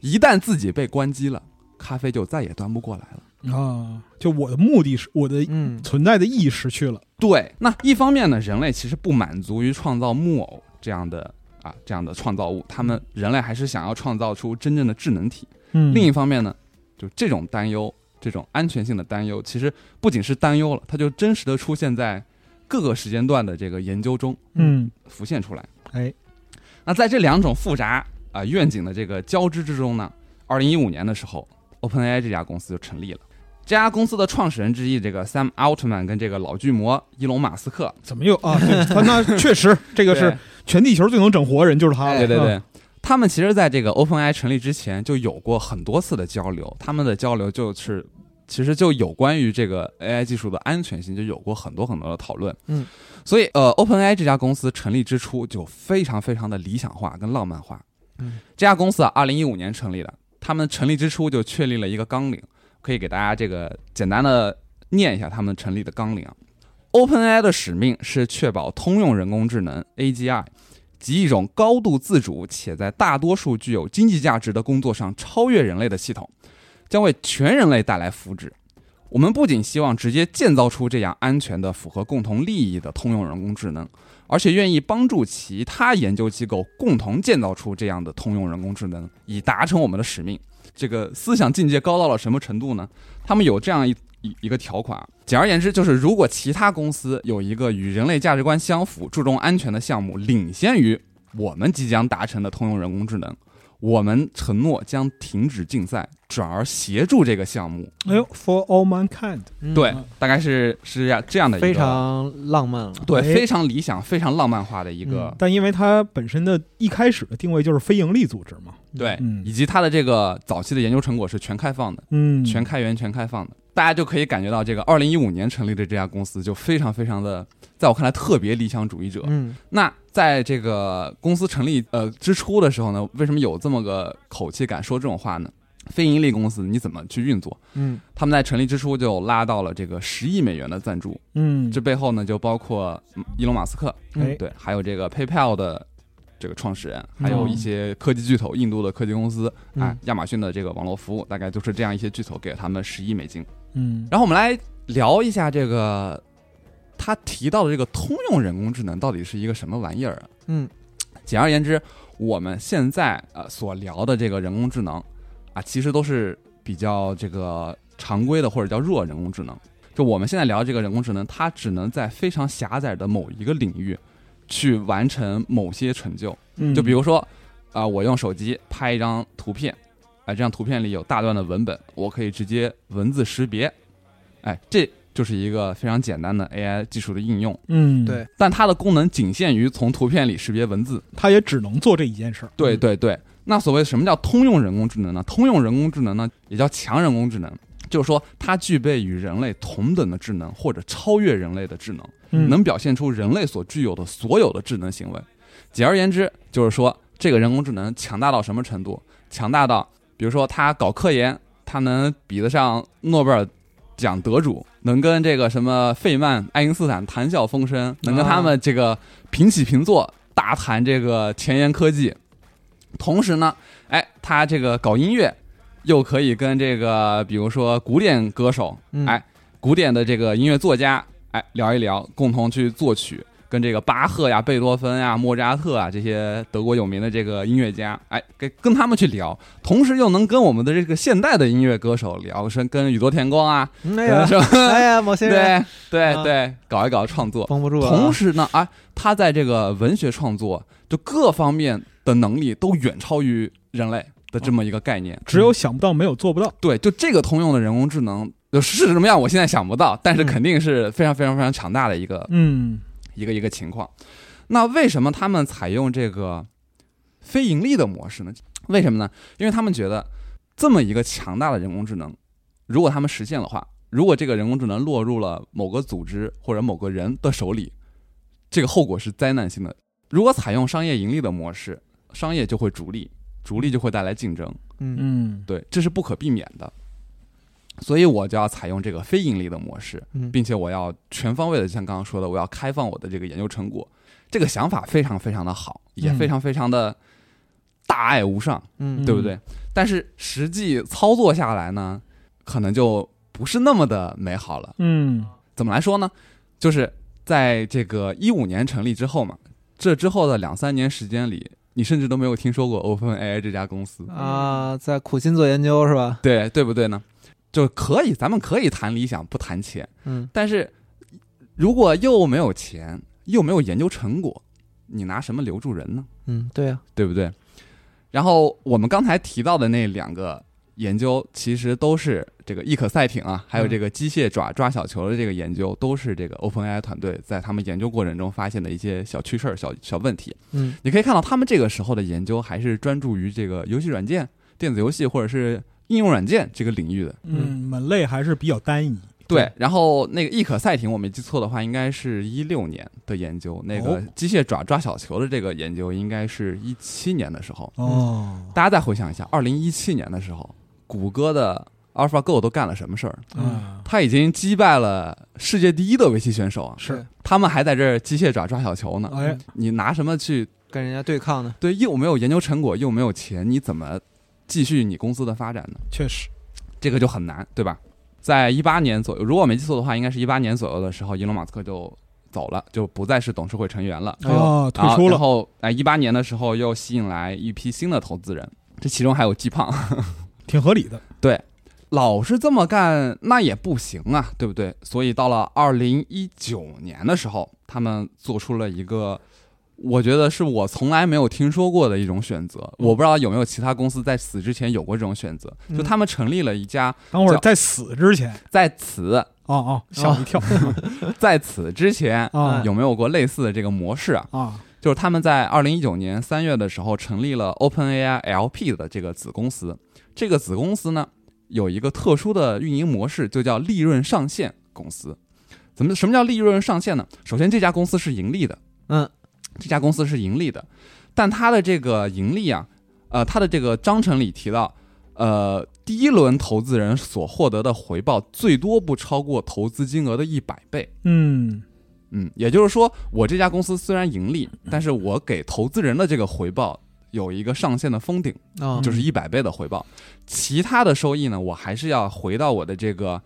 C: 一旦自己被关机了，咖啡就再也端不过来了。
B: 啊，就我的目的是我的
D: 嗯
B: 存在的意义失去了，
C: 对，那一方面呢，人类其实不满足于创造木偶这样的啊这样的创造物，他们人类还是想要创造出真正的智能体。
B: 嗯
C: 另一方面呢，就这种担忧，这种安全性的担忧，其实不仅是担忧了，它就真实的出现在各个时间段的这个研究中
B: 嗯，
C: 浮现出来。
B: 哎，
C: 那在这两种复杂啊、愿景的这个交织之中呢，二零一五年的时候，OpenAI 这家公司就成立了。这家公司的创始人之一，这个 Sam Altman 跟这个老巨魔伊隆马斯克，
B: 怎么又啊？对 那确实，这个是全地球最能整活人就是
D: 哎
B: 他了，
C: 哎对对
B: 啊，
D: 嗯
C: 对，他们其实在这个 OpenAI 成立之前就有过很多次的交流，他们的交流就是其实就有关于这个 AI 技术的安全性就有过很多很多的讨论。
D: 嗯，
C: 所以呃，OpenAI 这家公司成立之初就非常非常的理想化跟浪漫化。
D: 嗯，
C: 这家公司啊，二零一五年成立的，他们成立之初就确立了一个纲领，可以给大家这个简单的念一下他们成立的纲领啊。OpenAI 的使命是确保通用人工智能 AGI 及一种高度自主且在大多数具有经济价值的工作上超越人类的系统，将为全人类带来福祉。我们不仅希望直接建造出这样安全的、符合共同利益的通用人工智能，而且愿意帮助其他研究机构共同建造出这样的通用人工智能，以达成我们的使命。这个思想境界高到了什么程度呢？他们有这样一一一个条款啊，简而言之，就是如果其他公司有一个与人类价值观相符、注重安全的项目领先于我们即将达成的通用人工智能，我们承诺将停止竞赛，转而协助这个项目。
B: 哎呦，For all mankind，
D: 嗯
C: 对，大概是是这样这样的一个
D: 非常浪漫了。
C: 对
B: 哎
C: 非常理想、非常浪漫化的一个、
B: 但因为它本身的一开始的定位就是非盈利组织嘛，
C: 对，
B: 嗯
C: 以及它的这个早期的研究成果是全开放的。
B: 嗯，
C: 全开源、全开放的。大家就可以感觉到，这个二零一五年成立的这家公司就非常非常的，在我看来特别理想主义者。
D: 嗯
C: 那在这个公司成立呃之初的时候呢，为什么有这么个口气敢说这种话呢？非盈利公司你怎么去运作？
D: 嗯
C: 他们在成立之初就拉到了这个十亿美元的赞助，
B: 嗯，
C: 这背后呢就包括嗯伊隆马斯克，
B: 哎
C: 对，还有这个 PayPal 的这个创始人，还有一些科技巨头，印度的科技公司，
B: 嗯
C: 哎，亚马逊的这个网络服务，大概就是这样一些巨头给了他们十亿美金。
B: 嗯
C: 然后我们来聊一下这个他提到的这个通用人工智能到底是一个什么玩意儿啊？
D: 嗯
C: 简而言之，我们现在呃所聊的这个人工智能啊，其实都是比较这个常规的或者叫弱人工智能。就我们现在聊这个人工智能，它只能在非常狭窄的某一个领域去完成某些成就。
B: 嗯，
C: 就比如说，啊、我用手机拍一张图片，哎、这张图片里有大段的文本，我可以直接文字识别，哎、这就是一个非常简单的 AI 技术的应用。
B: 嗯，
D: 对，
C: 但它的功能仅限于从图片里识别文字，
B: 他也只能做这一件事儿。
C: 对对对，那所谓什么叫通用人工智能呢？通用人工智能呢，也叫强人工智能，就是说它具备与人类同等的智能或者超越人类的智能，
B: 嗯
C: 能表现出人类所具有的所有的智能行为。简而言之，就是说这个人工智能强大到什么程度？强大到，比如说它搞科研，它能比得上诺贝尔。奖得主能跟这个什么费曼、爱因斯坦谈笑风生，能跟他们这个平起平坐，大谈这个前沿科技，同时呢，哎，他这个搞音乐，又可以跟这个比如说古典歌手，
D: 嗯
C: 哎，古典的这个音乐作家，哎，聊一聊，共同去作曲，跟这个巴赫呀、贝多芬呀、莫扎特啊这些德国有名的这个音乐家，哎，跟跟他们去聊，同时又能跟我们的这个现代的音乐歌手聊，跟跟宇多田光啊，
D: 嗯，哎
C: 跟
D: 呀，
C: 什么
D: 哎呀，某些人
C: 对对
D: 啊
C: 对，搞一搞创作，
D: 绷不住了啊。
C: 同时呢，啊，他在这个文学创作就各方面的能力都远超于人类的这么一个概念。
B: 只有想不到，没有做不到。
C: 对，就这个通用的人工智能就是什么样，我现在想不到，但是
B: 嗯
C: 肯定是非常非常非常强大的一个
B: 嗯
C: 一个一个情况。那为什么他们采用这个非盈利的模式呢？为什么呢？因为他们觉得这么一个强大的人工智能，如果他们实现的话，如果这个人工智能落入了某个组织或者某个人的手里，这个后果是灾难性的。如果采用商业盈利的模式，商业就会逐利，逐利就会带来竞争，
D: 嗯
B: 嗯
C: 对，这是不可避免的。所以我就要采用这个非盈利的模式，
D: 嗯
C: 并且我要全方位的，像刚刚说的，我要开放我的这个研究成果。这个想法非常非常的好，也
B: 嗯
C: 非常非常的大爱无上，
D: 嗯
C: 对不对？但是实际操作下来呢，可能就不是那么的美好了。
B: 嗯
C: 怎么来说呢？就是在这个一五年成立之后嘛，这之后的两三年时间里，你甚至都没有听说过 OpenAI 这家公司，
D: 啊，在苦心做研究是吧？
C: 对对不对呢？就可以，咱们可以谈理想，不谈钱。
D: 嗯
C: 但是如果又没有钱，又没有研究成果，你拿什么留住人呢？
D: 嗯，对呀，
C: 对不对？然后我们刚才提到的那两个研究，其实都是这个易可赛艇啊，还有这个机械爪抓小球的这个研究，都是这个 OpenAI 团队在他们研究过程中发现的一些小趣事儿、小小问题。
D: 嗯
C: 你可以看到，他们这个时候的研究还是专注于这个游戏软件、电子游戏或者是应用软件这个领域的。
B: 嗯，门类还是比较单一。
C: 对，然后那个易可赛艇，我没记错的话，应该是一六年的研究；那个
B: 哦
C: 机械爪抓小球的这个研究，应该是一七年的时候。
B: 哦，
C: 大家再回想一下，二零一七年的时候，谷歌的 AlphaGo 都干了什么事儿？
B: 啊，
C: 他已经击败了世界第一的围棋选手啊，
B: 是
D: 对
C: 他们还在这儿机械爪抓小球呢。
B: 哎，
C: 你拿什么去
D: 跟人家对抗呢。
C: 对？又没有研究成果，又没有钱，你怎么继续你公司的发展呢？
B: 确实，
C: 这个就很难，对吧？在一八年左右，如果我没记错的话，应该是一八年左右的时候，伊隆马斯克就走了，就不再是董事会成员了，
D: 哎呦
B: 哦，退
C: 然后
B: 出
C: 然
B: 了，
C: 后，哎，一八年的时候又吸引来一批新的投资人，这其中还有季胖，
B: 挺合理的。
C: 老是这么干那也不行啊，对不对？所以到了二零一九年的时候，他们做出了一个。我觉得是我从来没有听说过的一种选择，
B: 嗯
C: 我不知道有没有其他公司在此之前有过这种选择。就
D: 嗯
C: 他们成立了一家
B: 等会儿
C: 叫
B: 在死之前，
C: 在此
B: 哦哦，吓我一 跳
C: 在此之前
B: 啊
C: 有没有过类似的这个模式啊？
B: 啊！
C: 就是他们在二零一九年三月的时候成立了 OpenAI LP 的这个子公司，这个子公司呢有一个特殊的运营模式，就叫利润上限公司。怎么什么叫利润上限呢？首先，这家公司是盈利的，
D: 嗯
C: 这家公司是盈利的，但它的这个盈利啊，呃，它的这个章程里提到，呃，第一轮投资人所获得的回报最多不超过投资金额的一百倍。
B: 嗯
C: 嗯，也就是说，我这家公司虽然盈利，但是我给投资人的这个回报有一个上限的封顶，
D: 啊，
C: 就是一百倍的回报。其他的收益呢，我还是要回到我的这个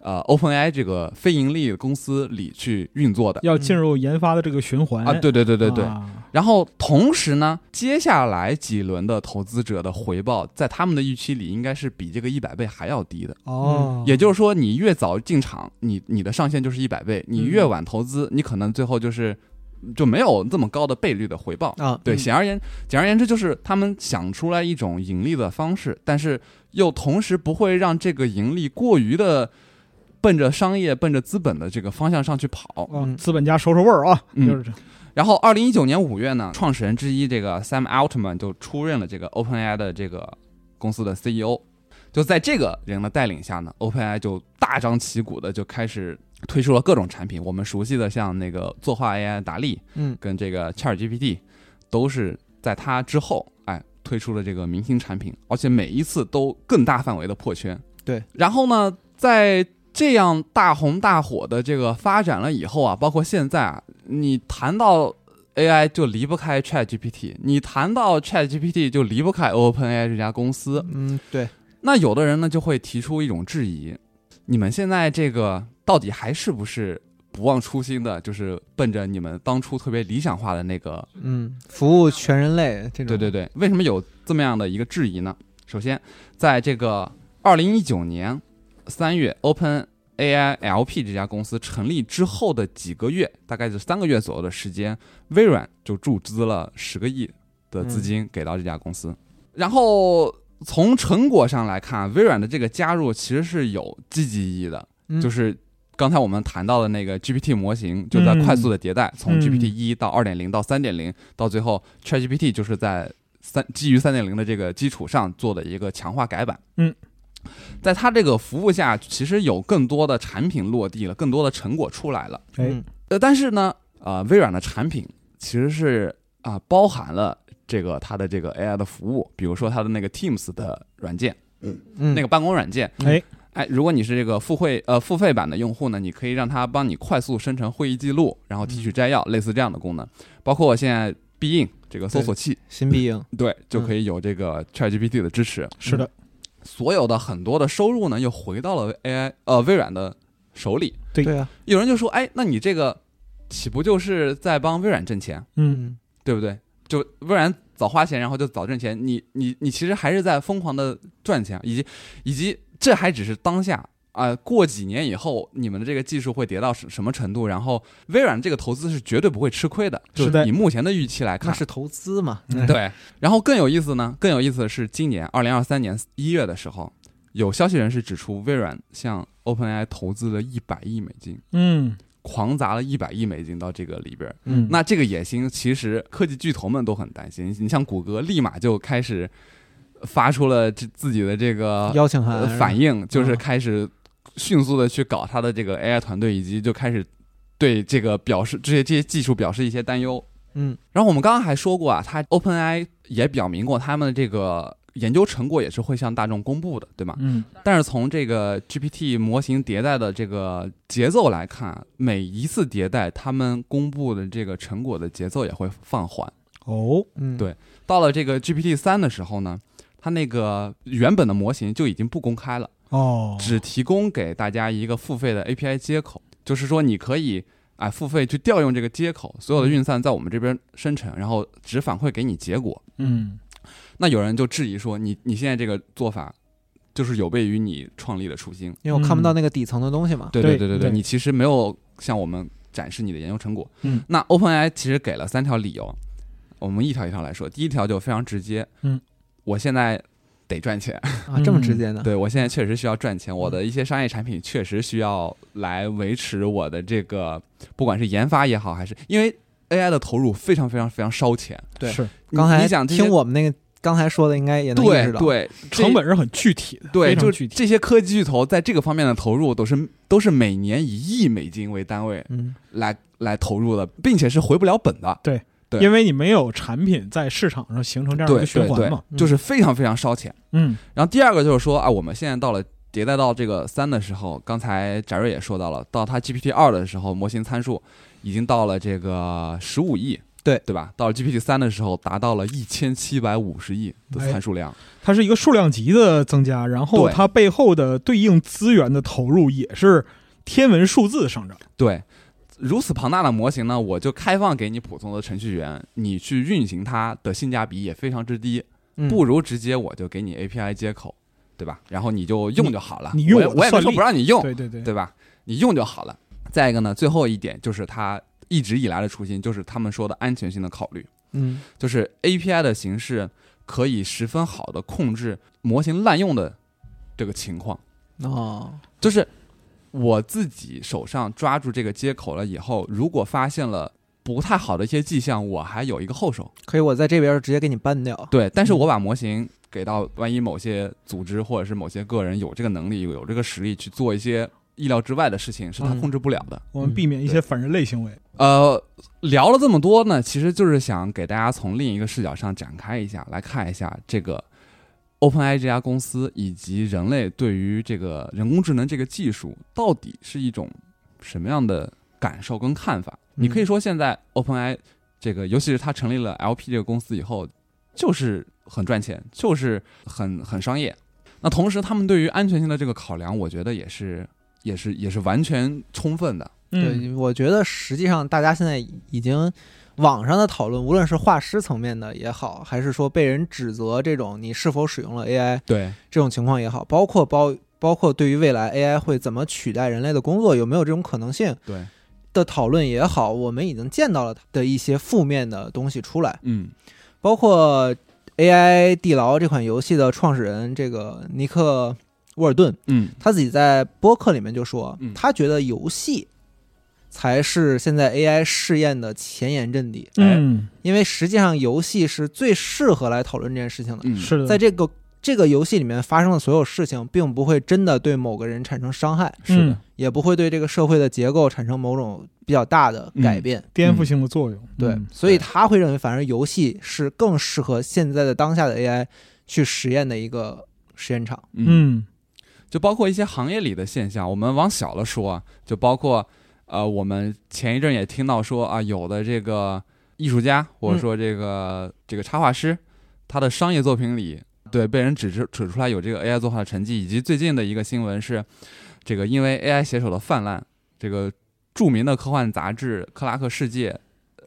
C: 呃 OpenAI 这个非盈利公司里去运作的
B: 要进入研发的这个循环
C: 啊。对对对对对。
B: 哎啊
C: 然后同时呢，接下来几轮的投资者的回报，在他们的预期里应该是比这个一百倍还要低的。
B: 哦，
C: 也就是说，你越早进场，你你的上限就是一百倍；你越晚投资，
B: 嗯
C: 你可能最后就是就没有这么高的倍率的回报。
D: 啊，
C: 对，
B: 嗯
C: 简而言简而言之，就是他们想出来一种盈利的方式，但是又同时不会让这个盈利过于的奔着商业、奔着资本的这个方向上去跑。
D: 嗯
B: 哦资本家收收味儿啊，
C: 嗯
B: 就是这
C: 然后，二零一九年五月呢，创始人之一这个 Sam Altman 就出任了这个 OpenAI 的这个公司的 CEO。就在这个人的带领下呢，OpenAI 就大张旗鼓的就开始推出了各种产品，我们熟悉的像那个作画 AI 达利
D: 嗯
C: 跟这个 ChatGPT，都是在它之后，哎，推出了这个明星产品，而且每一次都更大范围的破圈。
D: 对，
C: 然后呢，在这样大红大火的这个发展了以后啊，包括现在啊，你谈到 AI 就离不开 ChatGPT，你谈到 ChatGPT 就离不开 OpenAI 这家公司。
D: 嗯，对，
C: 那有的人呢就会提出一种质疑：你们现在这个到底还是不是不忘初心的，就是奔着你们当初特别理想化的那个
D: 嗯，服务全人类这种，
C: 对对对，为什么有这么样的一个质疑呢？首先，在这个二零一九年三月，Open AI LP 这家公司成立之后的几个月，大概是三个月左右的时间，微软就注资了十个亿的资金给到这家公司。然后从成果上来看，微软的这个加入其实是有积极意义的，
D: 嗯
C: 就是。刚才我们谈到的那个 GPT 模型，就在
B: 嗯
C: 快速的迭代，从
B: 嗯
C: GPT 一到二点零到三点零，到最后 ChatGPT 就是在三基于三点零的这个基础上做的一个强化改版。
B: 嗯，
C: 在它这个服务下，其实有更多的产品落地了，更多的成果出来了。
B: 哎
D: 嗯，
C: 呃，但是呢，呃，微软的产品其实是啊、包含了这个它的这个 AI 的服务，比如说它的那个 Teams 的软件，
D: 嗯，
C: 那个办公软件。
B: 哎
C: 哎，如果你是这个付费呃付费版的用户呢，你可以让它帮你快速生成会议记录，然后提取摘要，类似这样的功能。包括现在必应这个搜索器，
D: 新必应，
C: 对，就可以有这个 ChatGPT 的支持。
B: 是的，
C: 所有的很多的收入呢，又回到了 AI 呃微软的手里。
B: 对
D: 对啊，
C: 有人就说，哎，那你这个岂不就是在帮微软挣钱，
B: 嗯，
D: 嗯，
C: 对不对？就微软早花钱，然后就早挣钱，你你你其实还是在疯狂的赚钱，以及以及这还只是当下啊、过几年以后，你们的这个技术会跌到什什么程度？然后微软这个投资是绝对不会吃亏的，就是
B: 的
C: 以目前的预期来
D: 那
C: 看，
D: 是投资嘛，
B: 嗯
C: 对，然后更有意思呢，更有意思的是，今年二零二三年一月的时候，有消息人士指出，微软向 OpenAI 投资了一百亿美金，
B: 嗯
C: 狂砸了一百亿美金到这个里边儿。
B: 嗯，
C: 那这个野心，其实科技巨头们都很担心。你像谷歌，立马就开始发出了这自己的这个
D: 邀请函
C: 呃
D: 是吧
C: 反应，就是
D: 啊
C: 开始迅速的去搞它的这个 AI 团队，以及就开始对这个表示这些这些技术表示一些担忧。
D: 嗯
C: 然后我们刚刚还说过啊，它 OpenAI 也表明过他们的这个研究成果也是会向大众公布的，对吗？
B: 嗯
C: 但是从这个 GPT 模型迭代的这个节奏来看，每一次迭代，他们公布的这个成果的节奏也会放缓。
B: 哦
D: 嗯，
C: 对到了这个 GPT 三的时候呢，它那个原本的模型就已经不公开了，
B: 哦，
C: 只提供给大家一个付费的 API 接口，就是说你可以。哎，付费去调用这个接口，所有的运算在我们这边生成，然后只反馈给你结果。
B: 嗯
C: 那有人就质疑说，你你现在这个做法，就是有悖于你创立的初心。
D: 因为我看不到那个底层的东西嘛，
C: 对
B: 对
C: 对
B: 对
C: 对，你其实没有向我们展示你的研究成果。
B: 嗯，
C: 那 OpenAI 其实给了三条理由，我们一条一条来说。第一条就非常直接，
B: 嗯，
C: 我现在得 赚钱，
D: 啊，这么直接呢，
C: 对我现在确实需要赚
B: 嗯
C: 钱，我的一些商业产品确实需要来维持我的这个，不管是研发也好，还是因为 AI 的投入非常非常非常烧钱。
D: 对
B: 是
C: 你
D: 刚
C: 你
D: 才
C: 想这些
D: 听我们那个刚才说的，应该也能意
C: 对
D: 识到，
C: 对这
B: 成本是很具体的，
C: 对，
B: 非常
C: 就
B: 具体，
C: 这些科技巨头在这个方面的投入都是都是每年以亿美金为单位
D: 嗯，
C: 来来投入的，并且是回不了本的。
B: 对
C: 对
B: 因为你没有产品在市场上形成这样一
C: 对
B: 个循
C: 对
B: 环嘛。
C: 对，就是非常非常烧钱。
B: 嗯
C: 然后第二个就是说啊，我们现在到了迭代到这个三的时候，刚才翟瑞也说到了，到它 GPT 二的时候，模型参数已经到了这个十五亿，
D: 对
C: 对吧？到了 GPT 三的时候，达到了一千七百五十亿的参数量。
B: 它是一个数量级的增加，然后
C: 对
B: 它背后的对应资源的投入也是天文数字的上涨。
C: 对，如此庞大的模型呢，我就开放给你普通的程序员，你去运行它的性价比也非常之低，
D: 嗯
C: 不如直接我就给你 API 接口，对吧？然后你就用就好了，
B: 你你用
C: 我也
B: 我的
C: 我也没
B: 算
C: 说
B: 力
C: 不让你用，
B: 对对对，
C: 哦对吧？你用就好了。再一个呢，最后一点就是它一直以来的初心，就是他们说的安全性的考虑，
D: 嗯
C: 就是 API 的形式可以十分好的控制模型滥用的这个情况。
D: 哦，
C: 就是我自己手上抓住这个接口了以后，如果发现了不太好的一些迹象，我还有一个后手。
D: 可以，我在这边直接给你搬掉。
C: 对，但是我把模型给到，万一某些组织或者是某些个人有这个能力、有这个实力去做一些意料之外的事情，是他
D: 嗯
C: 控制不了的。
B: 我们避免一些反人类行为。
C: 呃，聊了这么多呢，其实就是想给大家从另一个视角上展开一下，来看一下这个 OpenAI 这家公司以及人类对于这个人工智能这个技术到底是一种什么样的感受跟看法。
D: 嗯
C: 你可以说，现在 OpenAI 这个，尤其是它成立了 LP 这个公司以后，就是很赚钱，就是很很商业。那同时，他们对于安全性的这个考量，我觉得也是也是也是完全充分的。
B: 嗯，
D: 对，我觉得实际上大家现在已经网上的讨论，无论是画师层面的也好，还是说被人指责这种你是否使用了 AI
C: 对，
D: 这种情况也好，包括包包括对于未来 AI 会怎么取代人类的工作，有没有这种可能性？
C: 对
D: 的讨论也好，我们已经见到了的一些负面的东西出来，
C: 嗯，
D: 包括 AI 地牢这款游戏的创始人这个尼克沃尔顿，
C: 嗯
D: 他自己在播客里面就说
C: 嗯，
D: 他觉得游戏才是现在 AI 试验的前沿阵地，
B: 嗯，
D: 因为实际上游戏是最适合来讨论这件事情的。
C: 嗯，
B: 是的，
D: 在这个这个游戏里面发生的所有事情，并不会真的对某个人产生伤害，
B: 嗯
C: 的
D: 也不会对这个社会的结构产生某种比较大的
C: 嗯
D: 改变。
B: 颠覆性的作用。
D: 对
B: 嗯，
D: 所以他会认为，反正游戏是更适合现在的当下的 AI 去实验的一个实验场。
C: 嗯，
B: 嗯
C: 就包括一些行业里的现象，我们往小了说啊，就包括呃，我们前一阵也听到说啊，有的这个艺术家或者说这个、这个插画师，他的商业作品里，对被人指出指出来有这个 AI 作画的成绩，以及最近的一个新闻是，这个因为 AI 写手的泛滥，这个著名的科幻杂志《克拉克世界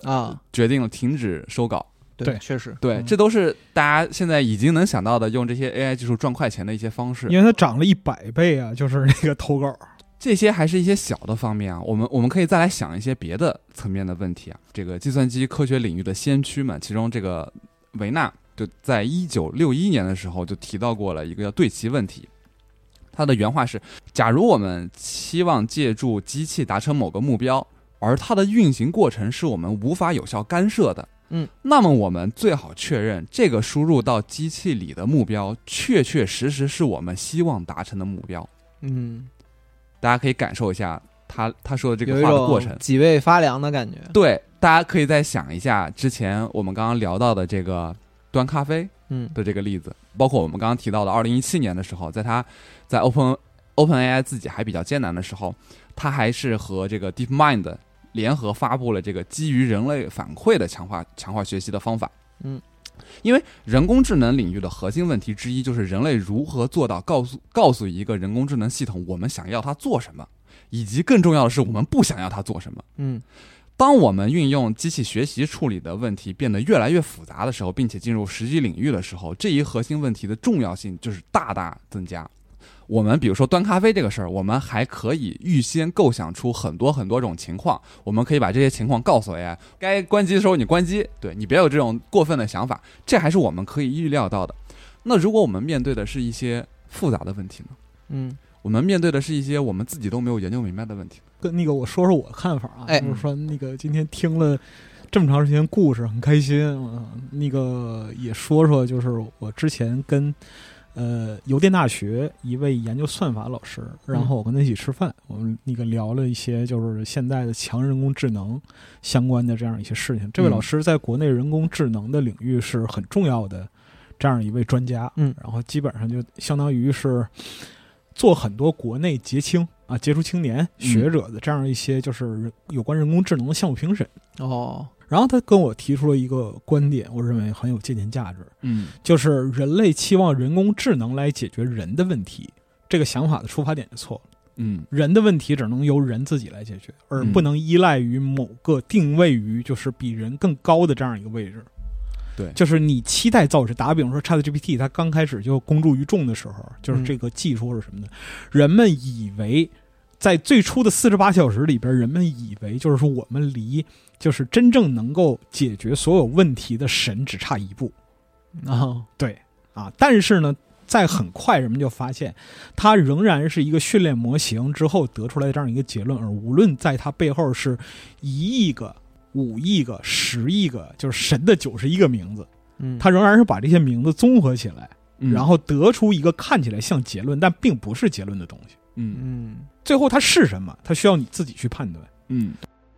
D: 啊》，
C: 决定了停止收稿。
B: 对
D: 确实，
C: 对，这都是大家现在已经能想到的用这些 AI 技术赚快钱的一些方式。
B: 因为它涨了一百倍啊，就是那个投稿。
C: 这些还是一些小的方面啊，我们我们可以再来想一些别的层面的问题啊。这个计算机科学领域的先驱们，其中这个维纳就在一九六一年的时候就提到过了一个叫对齐问题。他的原话是：假如我们期望借助机器达成某个目标，而它的运行过程是我们无法有效干涉的，
D: 嗯，
C: 那么我们最好确认这个输入到机器里的目标确确实实是我们希望达成的目标。
D: 嗯，
C: 大家可以感受一下他他说的这
D: 有
C: 个
D: 一
C: 话的
D: 种
C: 过程。
D: 脊背发凉的感觉。
C: 对，大家可以再想一下之前我们刚刚聊到的这个端咖啡
D: 嗯
C: 的这个例子，包括我们刚刚提到的，二零一七年的时候，在他在 Open Open AI 自己还比较艰难的时候，他还是和这个 DeepMind 联合发布了这个基于人类反馈的强化强化学习的方法。
D: 嗯，
C: 因为人工智能领域的核心问题之一就是人类如何做到告诉告诉一个人工智能系统我们想要它做什么，以及更重要的是我们不想要它做什么。
D: 嗯
C: 当我们运用机器学习处理的问题变得越来越复杂的时候，并且进入实际领域的时候，这一核心问题的重要性就是大大增加。我们比如说端咖啡这个事儿，我们还可以预先构想出很多很多种情况，我们可以把这些情况告诉 AI，该关机的时候你关机，对你别有这种过分的想法，这还是我们可以预料到的。那如果我们面对的是一些复杂的问题呢？
D: 嗯
C: 我们面对的是一些我们自己都没有研究明白的问题。
B: 跟那个我说说我的看法啊，
D: 哎
B: 就是说那个今天听了这么长时间啊故事，很开心。嗯那个也说说，就是我之前跟呃邮电大学一位研究算法老师，然后我跟他一起吃饭，我们那个聊了一些就是现在的强人工智能相关的这样一些事情。这位
C: 嗯
B: 老师在国内人工智能的领域是很重要的这样一位专家，
D: 嗯
B: 然后基本上就相当于是做很多国内结青啊、杰出青年学者的这样一些就是有关人工智能的项目评审。
D: 哦，
B: 然后他跟我提出了一个观点，我认为很有借鉴价值，
C: 嗯
B: 就是人类期望人工智能来解决人的问题，这个想法的出发点就错了。
C: 嗯
B: 人的问题只能由人自己来解决，而不能依赖于某个定位于就是比人更高的这样一个位置。
C: 对
B: 就是你期待造神，打个比方说，ChatGPT 它刚开始就公诸于众的时候，就是
D: 嗯
B: 这个技术或者什么的，人们以为在最初的四十八小时里边，人们以为就是说我们离就是真正能够解决所有问题的神只差一步。
D: 哦，
B: 对啊，但是呢，在很快人们就发现，它仍然是一个训练模型之后得出来的这样一个结论，而无论在它背后是一亿个、五亿个、十亿个，就是神的九十一个名字，
D: 嗯，
B: 它仍然是把这些名字综合起来，
C: 嗯，
B: 然后得出一个看起来像结论但并不是结论的东西。
C: 嗯
D: 嗯
B: 最后它是什么，它需要你自己去判断。
C: 嗯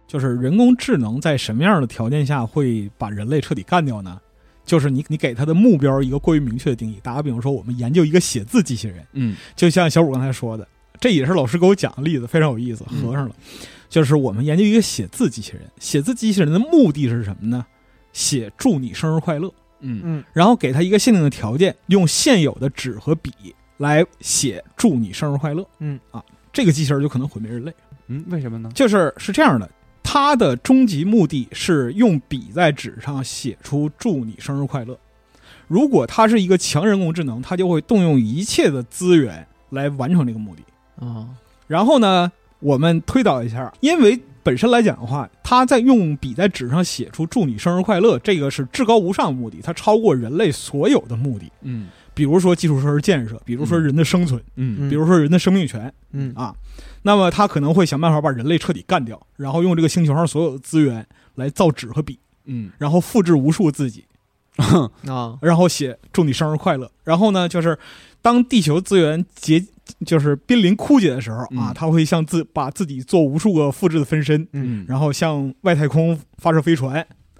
B: 就是人工智能在什么样的条件下会把人类彻底干掉呢？就是你你给它的目标一个过于明确的定义。打个比方说，我们研究一个写字机器人，
C: 嗯
B: 就像小五刚才说的，这也是老师给我讲的例子，非常有意思，
D: 嗯
B: 合上了。就是我们研究一个写字机器人，写字机器人的目的是什么呢？写祝你生日快乐，
C: 嗯
D: 嗯
B: 然后给它一个限定的条件，用现有的纸和笔来写祝你生日快乐。
D: 嗯
B: 啊，这个机器人就可能毁灭人类。
C: 嗯，为什么呢？
B: 就是是这样的，他的终极目的是用笔在纸上写出“祝你生日快乐”。如果它是一个强人工智能，它就会动用一切的资源来完成这个目的。
D: 哦，
B: 然后呢，我们推导一下，因为本身来讲的话，它在用笔在纸上写出“祝你生日快乐”这个是至高无上的目的，它超过人类所有的目的，
C: 嗯
B: 比如说基础设施建设，比如说人的生存，
C: 嗯
B: 比如说人的生命权，
D: 嗯
B: 啊，那么他可能会想办法把人类彻底干掉，然后用这个星球上所有的资源来造纸和笔，
C: 嗯
B: 然后复制无数自己，
D: 啊，
B: 然后写祝你生日快乐。然后呢，就是当地球资源竭就是濒临枯竭的时候啊
C: 嗯，
B: 他会向自把自己做无数个复制的分身，
C: 嗯，
B: 然后向外太空发射飞船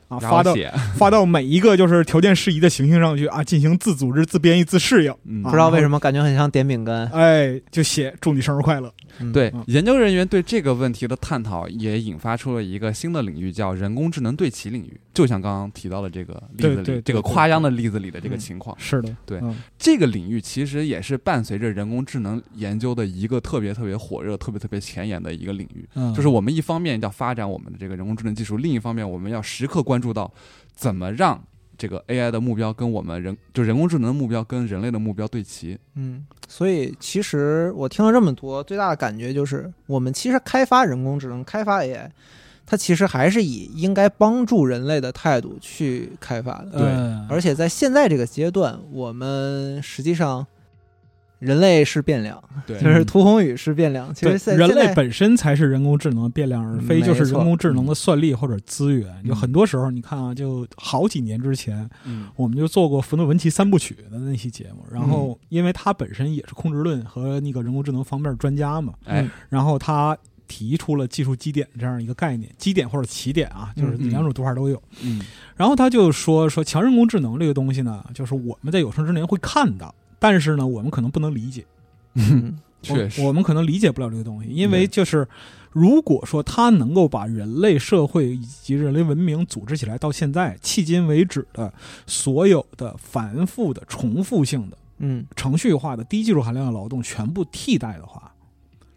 B: 啊，
C: 然
B: 发到
C: 写
B: 发到每一个就是条件适宜的行星上去啊，进行自组织、自编译、自适应。
C: 嗯
B: 啊
D: 不知道为什么感觉很像点饼干，
B: 哎，就写祝你生日快乐。
D: 嗯
C: 对
B: 嗯，
C: 研究人员对这个问题的探讨也引发出了一个新的领域，叫人工智能对齐领域。就像刚刚提到的这个例子
B: 对对
C: 里
B: 对，
C: 这个
B: 对对
C: 夸张的例子里的这个
D: 嗯
C: 情况，
B: 是的，
C: 对
B: 嗯
C: 这个领域其实也是伴随着人工智能研究的一个特别特别火热、特别特别前沿的一个领域。
B: 嗯，
C: 就是我们一方面要发展我们的这个人工智能技术，另一方面我们要时刻关注到怎么让这个 AI 的目标跟我们人就人工智能的目标跟人类的目标对齐。
D: 嗯，所以其实我听了这么多，最大的感觉就是，我们其实开发人工智能、开发 AI，它其实还是以应该帮助人类的态度去开发的。
C: 对
B: 嗯
D: 而且在现在这个阶段，我们实际上人类是变量，
C: 对
D: 就是屠洪宇是变量。其
B: 嗯对
D: 实在
B: 人类
D: 现在
B: 本身才是人工智能的变量，而非就是人工智能的算力或者资源。
D: 嗯
C: 错
B: 有很多时候，你看啊，就好几年之前，
C: 嗯
B: 我们就做过弗诺文奇三部曲的那期节目，然后
D: 嗯
B: 因为他本身也是控制论和那个人工智能方面的专家嘛，
C: 哎，
B: 然后他。提出了技术基点这样一个概念，基点或者起点啊，就是
D: 嗯
C: 嗯
B: 两种读法都有。
C: 嗯
B: 然后他就说说强人工智能这个东西呢，就是我们在有生之年会看到，但是呢，我们可能不能理解。
D: 嗯
C: 确实
B: 我，我们可能理解不了这个东西，因为就是如果说它能够把人类社会以及人类文明组织起来，到现在迄今为止的所有的繁复的、重复性的、
D: 嗯
B: 程序化的、低技术含量的劳动全部替代的话，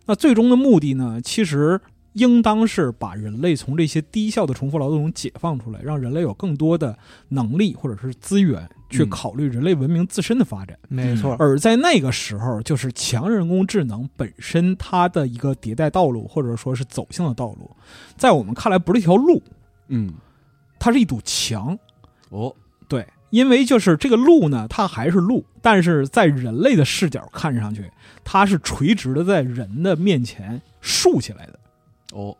B: 那最终的目的呢，其实应当是把人类从这些低效的重复劳动中解放出来，让人类有更多的能力或者是资源去
C: 嗯
B: 考虑人类文明自身的发展。
D: 没错，
B: 而在那个时候，就是强人工智能本身它的一个迭代道路，或者说是走向的道路，在我们看来不是一条路，
C: 嗯
B: 它是一堵墙。
C: 哦，
B: 对，因为就是这个路呢，它还是路，但是在人类的视角看上去，它是垂直的在人的面前竖起来的。
C: 哦，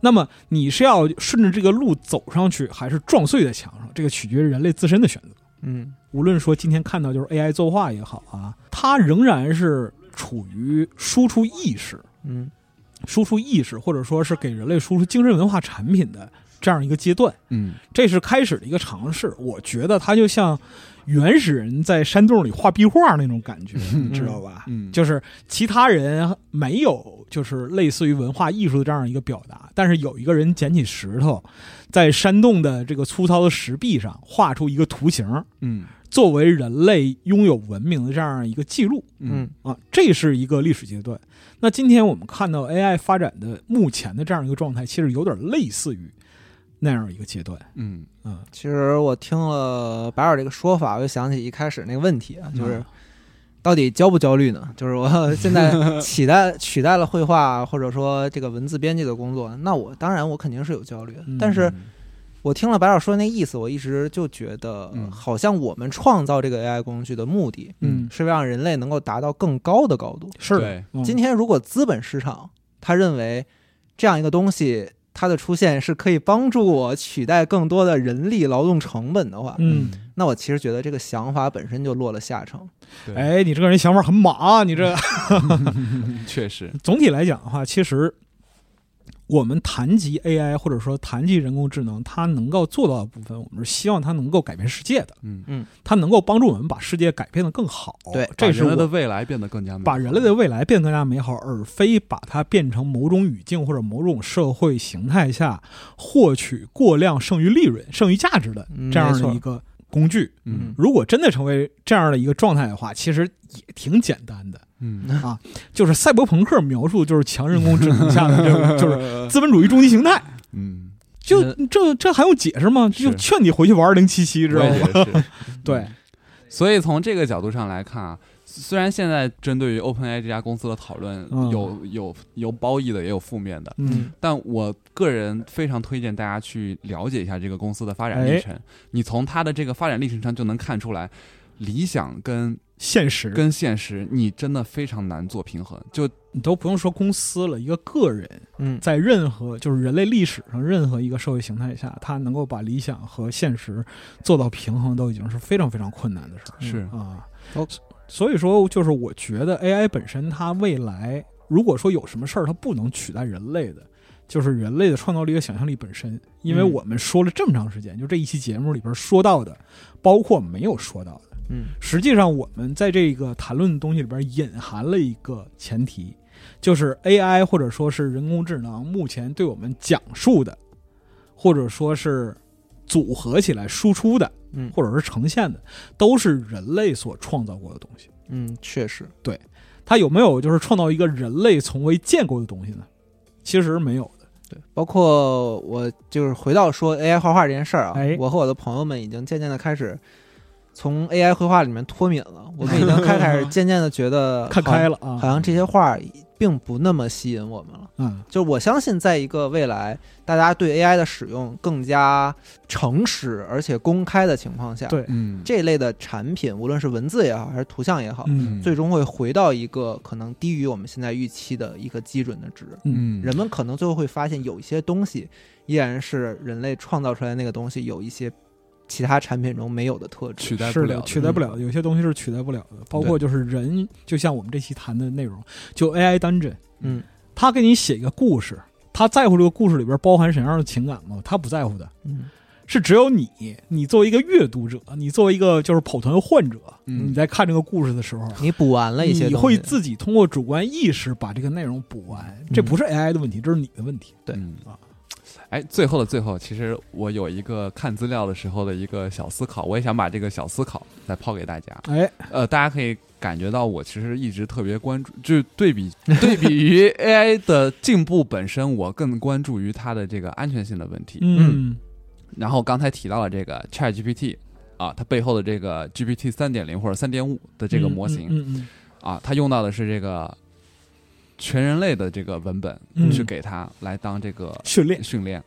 B: 那么你是要顺着这个路走上去，还是撞碎在墙上？这个取决于人类自身的选择。
D: 嗯
B: 无论说今天看到就是 AI 作画也好啊，它仍然是处于输出意识、
D: 嗯
B: 输出意识，或者说是给人类输出精神文化产品的这样一个阶段。
C: 嗯
B: 这是开始的一个尝试。我觉得它就像原始人在山洞里画壁画那种感觉，你知道吧？
C: 嗯
B: 就是其他人没有，就是类似于文化艺术的这样一个表达，但是有一个人捡起石头，在山洞的这个粗糙的石壁上画出一个图形，
C: 嗯
B: 作为人类拥有文明的这样一个记录。
D: 嗯
B: 啊，这是一个历史阶段。那今天我们看到 AI 发展的目前的这样一个状态，其实有点类似于那样一个阶段。啊
C: 嗯
D: 其实我听了白尔这个说法，我就想起一开始那个问题啊，
B: 嗯
D: 就是到底焦不焦虑呢？就是我 现在取代取代了绘画或者说这个文字编辑的工作，那我当然我肯定是有焦虑的
B: 嗯，
D: 但是我听了白尔说那意思，我一直就觉得
C: 嗯
D: 好像我们创造这个 AI 工具的目的
B: 嗯，
D: 是让人类能够达到更高的高度。
B: 是的。
C: 对
B: 嗯
D: 今天如果资本市场他认为这样一个东西它的出现是可以帮助我取代更多的人力劳动成本的话，
B: 嗯，
D: 那我其实觉得这个想法本身就落了下乘。
C: 对
B: 哎，你这个人想法很马啊，你这
C: 嗯确实
B: 总体来讲的话，其实我们谈及 AI 或者说谈及人工智能，它能够做到的部分，我们是希望它能够改变世界的，
C: 嗯，
B: 它能够帮助我们把世界改变得更好。
D: 对
B: 这是
C: 把人类的
B: 我
C: 未来变得更加美好
B: 把人类的未来变得更加美好，而非把它变成某种语境或者某种社会形态下获取过量剩余利润、剩余价值的
D: 嗯
B: 这样
D: 没错
B: 的一个工具。
C: 嗯
B: 如果真的成为这样的一个状态的话，其实也挺简单的。
C: 嗯
B: 就是赛博朋克描述就是强人 工智能下的这种就是资本主义终极形态，
C: 嗯，
B: 就
D: 嗯
B: 这这还用解释吗？
C: 是
B: 就劝你回去玩二零七七，知
C: 我
B: 道
C: 也
B: 吗？
C: 觉得是。
B: 对，
C: 所以从这个角度上来看啊，虽然现在针对于 OpenAI 这家公司的讨论
B: 嗯
C: 有有有褒义的，也有负面的，
B: 嗯
C: 但我个人非常推荐大家去了解一下这个公司的发展历程。你从它的这个发展历程上就能看出来，理想跟
B: 现实
C: 跟现实，你真的非常难做平衡。就
B: 你都不用说公司了，一个个人
D: 嗯，
B: 在任何就是人类历史上任何一个社会形态下，他能够把理想和现实做到平衡，都已经是非常非常困难的事儿
C: 是
B: 啊
D: 哦。
B: 所以说，就是我觉得 AI 本身它未来如果说有什么事儿它不能取代人类的，就是人类的创造力和想象力本身。因为
D: 嗯
B: 我们说了这么长时间，就这一期节目里边说到的，包括没有说到的，
D: 嗯，
B: 实际上我们在这个谈论的东西里边隐含了一个前提，就是 AI 或者说是人工智能目前对我们讲述的，或者说是组合起来输出的，
D: 嗯
B: 或者是呈现的，都是人类所创造过的东西。
D: 嗯，确实，
B: 它有没有就是创造一个人类从未见过的东西呢？其实没有的。
D: 对，包括我就是回到说 AI 画画这件事儿啊，
B: 哎
D: 我和我的朋友们已经渐渐的开始从 AI 绘画里面脱敏 了，我们已经开开始渐渐的觉得
B: 看开了
D: 好像，
B: 啊，
D: 好像这些画并不那么吸引我们了。
B: 嗯
D: 就是我相信，在一个未来大家对 AI 的使用更加诚实而且公开的情况下，
B: 对
C: 嗯
D: 这类的产品，无论是文字也好，还是图像也好，
B: 嗯
D: 最终会回到一个可能低于我们现在预期的一个基准的值。
B: 嗯，
D: 人们可能最后会发现，有一些东西依然是人类创造出来的那个东西，有一些其他产品中没有的特质。
C: 取代不
B: 是
C: 了
B: 的，取嗯代不了的，有些东西是取代不了的，包括就是人，就像我们这期谈的内容，就 AI 单针，
D: 嗯
B: 他给你写一个故事，他在乎这个故事里边包含什么样的情感吗？他不在乎的，
D: 嗯
B: 是只有你，你作为一个阅读者，你作为一个就是跑团患者，
C: 嗯
B: 你在看这个故事的时候。
D: 你补完了一
B: 嗯
D: 些
B: 你
D: 东
B: 会
D: 西，
B: 自己通过主观意识把这个内容补完，这不是 AI 的问题，这是你的问题。
D: 对
C: 嗯
B: 啊
C: 哎，最后的最后，其实我有一个看资料的时候的一个小思考，我也想把这个小思考再抛给大家。
B: 哎，
C: 呃，大家可以感觉到我其实一直特别关注，就是对比对 比于 AI 的进步本身，我更关注于它的这个安全性的问题。
B: 嗯
C: 然后刚才提到了这个 ChatGPT 啊，它背后的这个 GPT 三点零或者三点五的这个模型、
B: 嗯嗯
C: 啊，它用到的是这个全人类的这个文本、
B: 嗯
C: 去给它来当这个
B: 训练，
C: 训练。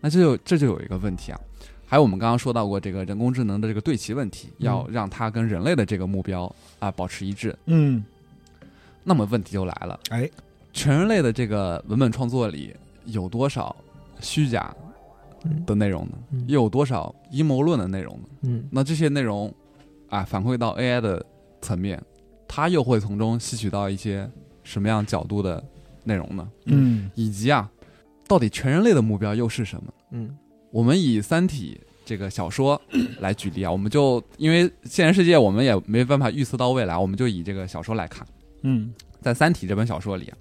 C: 那这就这就有一个问题啊，还有我们刚刚说到过这个人工智能的这个对齐问题，
B: 嗯
C: 要让它跟人类的这个目标啊保持一致。
B: 嗯，
C: 那么问题就来了，
B: 哎，
C: 全人类的这个文本创作里有多少虚假、
D: 嗯
C: 的内容呢？
D: 嗯
C: 又有多少阴谋论的内容呢？
D: 嗯
C: 那这些内容啊，反馈到 AI 的层面，它又会从中吸取到一些什么样角度的内容呢？
B: 嗯
C: 以及啊，到底全人类的目标又是什么？
D: 嗯
C: 我们以《三体》这个小说 来举例啊，我们就因为现实世界我们也没办法预测到未来，我们就以这个小说来看。
B: 嗯
C: 在《三体》这本小说里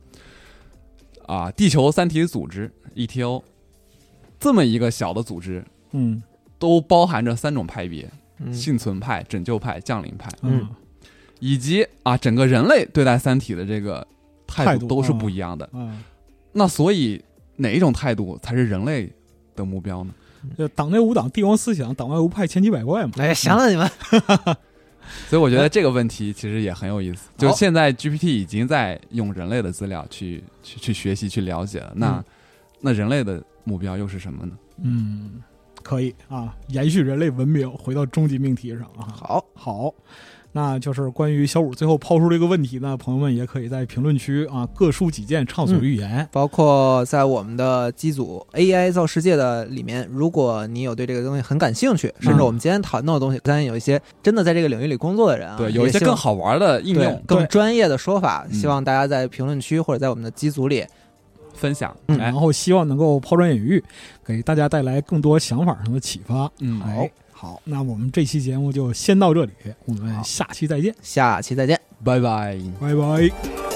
C: 啊，啊，地球三体组织 ETO 这么一个小的组织，
B: 嗯
C: 都包含着三种派别：
D: 嗯
C: 幸存派、拯救派、降临派，
B: 嗯
C: 以及啊，整个人类对待《三体》的这个态
B: 态度
C: 度都是不一样的。
B: 啊，
C: 那所以哪一种态度才是人类的目标呢？
B: 就党内无党，帝王思想，党外无派，千奇百怪嘛。
D: 哎，行了，你们，
C: 所以我觉得这个问题其实也很有意思。就
D: 好
C: 现在 GPT 已经在用人类的资料去去去学习、去了解了。那、
D: 嗯
C: 那人类的目标又是什么呢？
B: 嗯，可以啊，延续人类文明，回到终极命题上啊。
D: 好，
B: 好，那就是关于小五最后抛出这个问题呢，朋友们也可以在评论区啊各抒己见，畅所欲言。
D: 包括在我们的机组 AI 造世界的里面，如果你有对这个东西很感兴
C: 嗯
D: 趣，甚至我们今天讨论的东西，当然有一些真的在这个领域里工作的人啊，
C: 对，有一
D: 也
C: 些
D: 希望
C: 更好玩的应
D: 对
C: 用
D: 更
B: 对
D: 专业的说法，
C: 嗯
D: 希望大家在评论区或者在我们的机组里，
C: 分享。
D: 嗯
C: 哎
B: 然，后希望能够抛砖引玉，给大家带来更多想法上的启发。
C: 嗯，
B: 哎，好，那我们这期节目就先到这里，我们
D: 好
B: 下期再见，
D: 下期再见。
C: 拜拜。
B: 拜拜。
E: Thank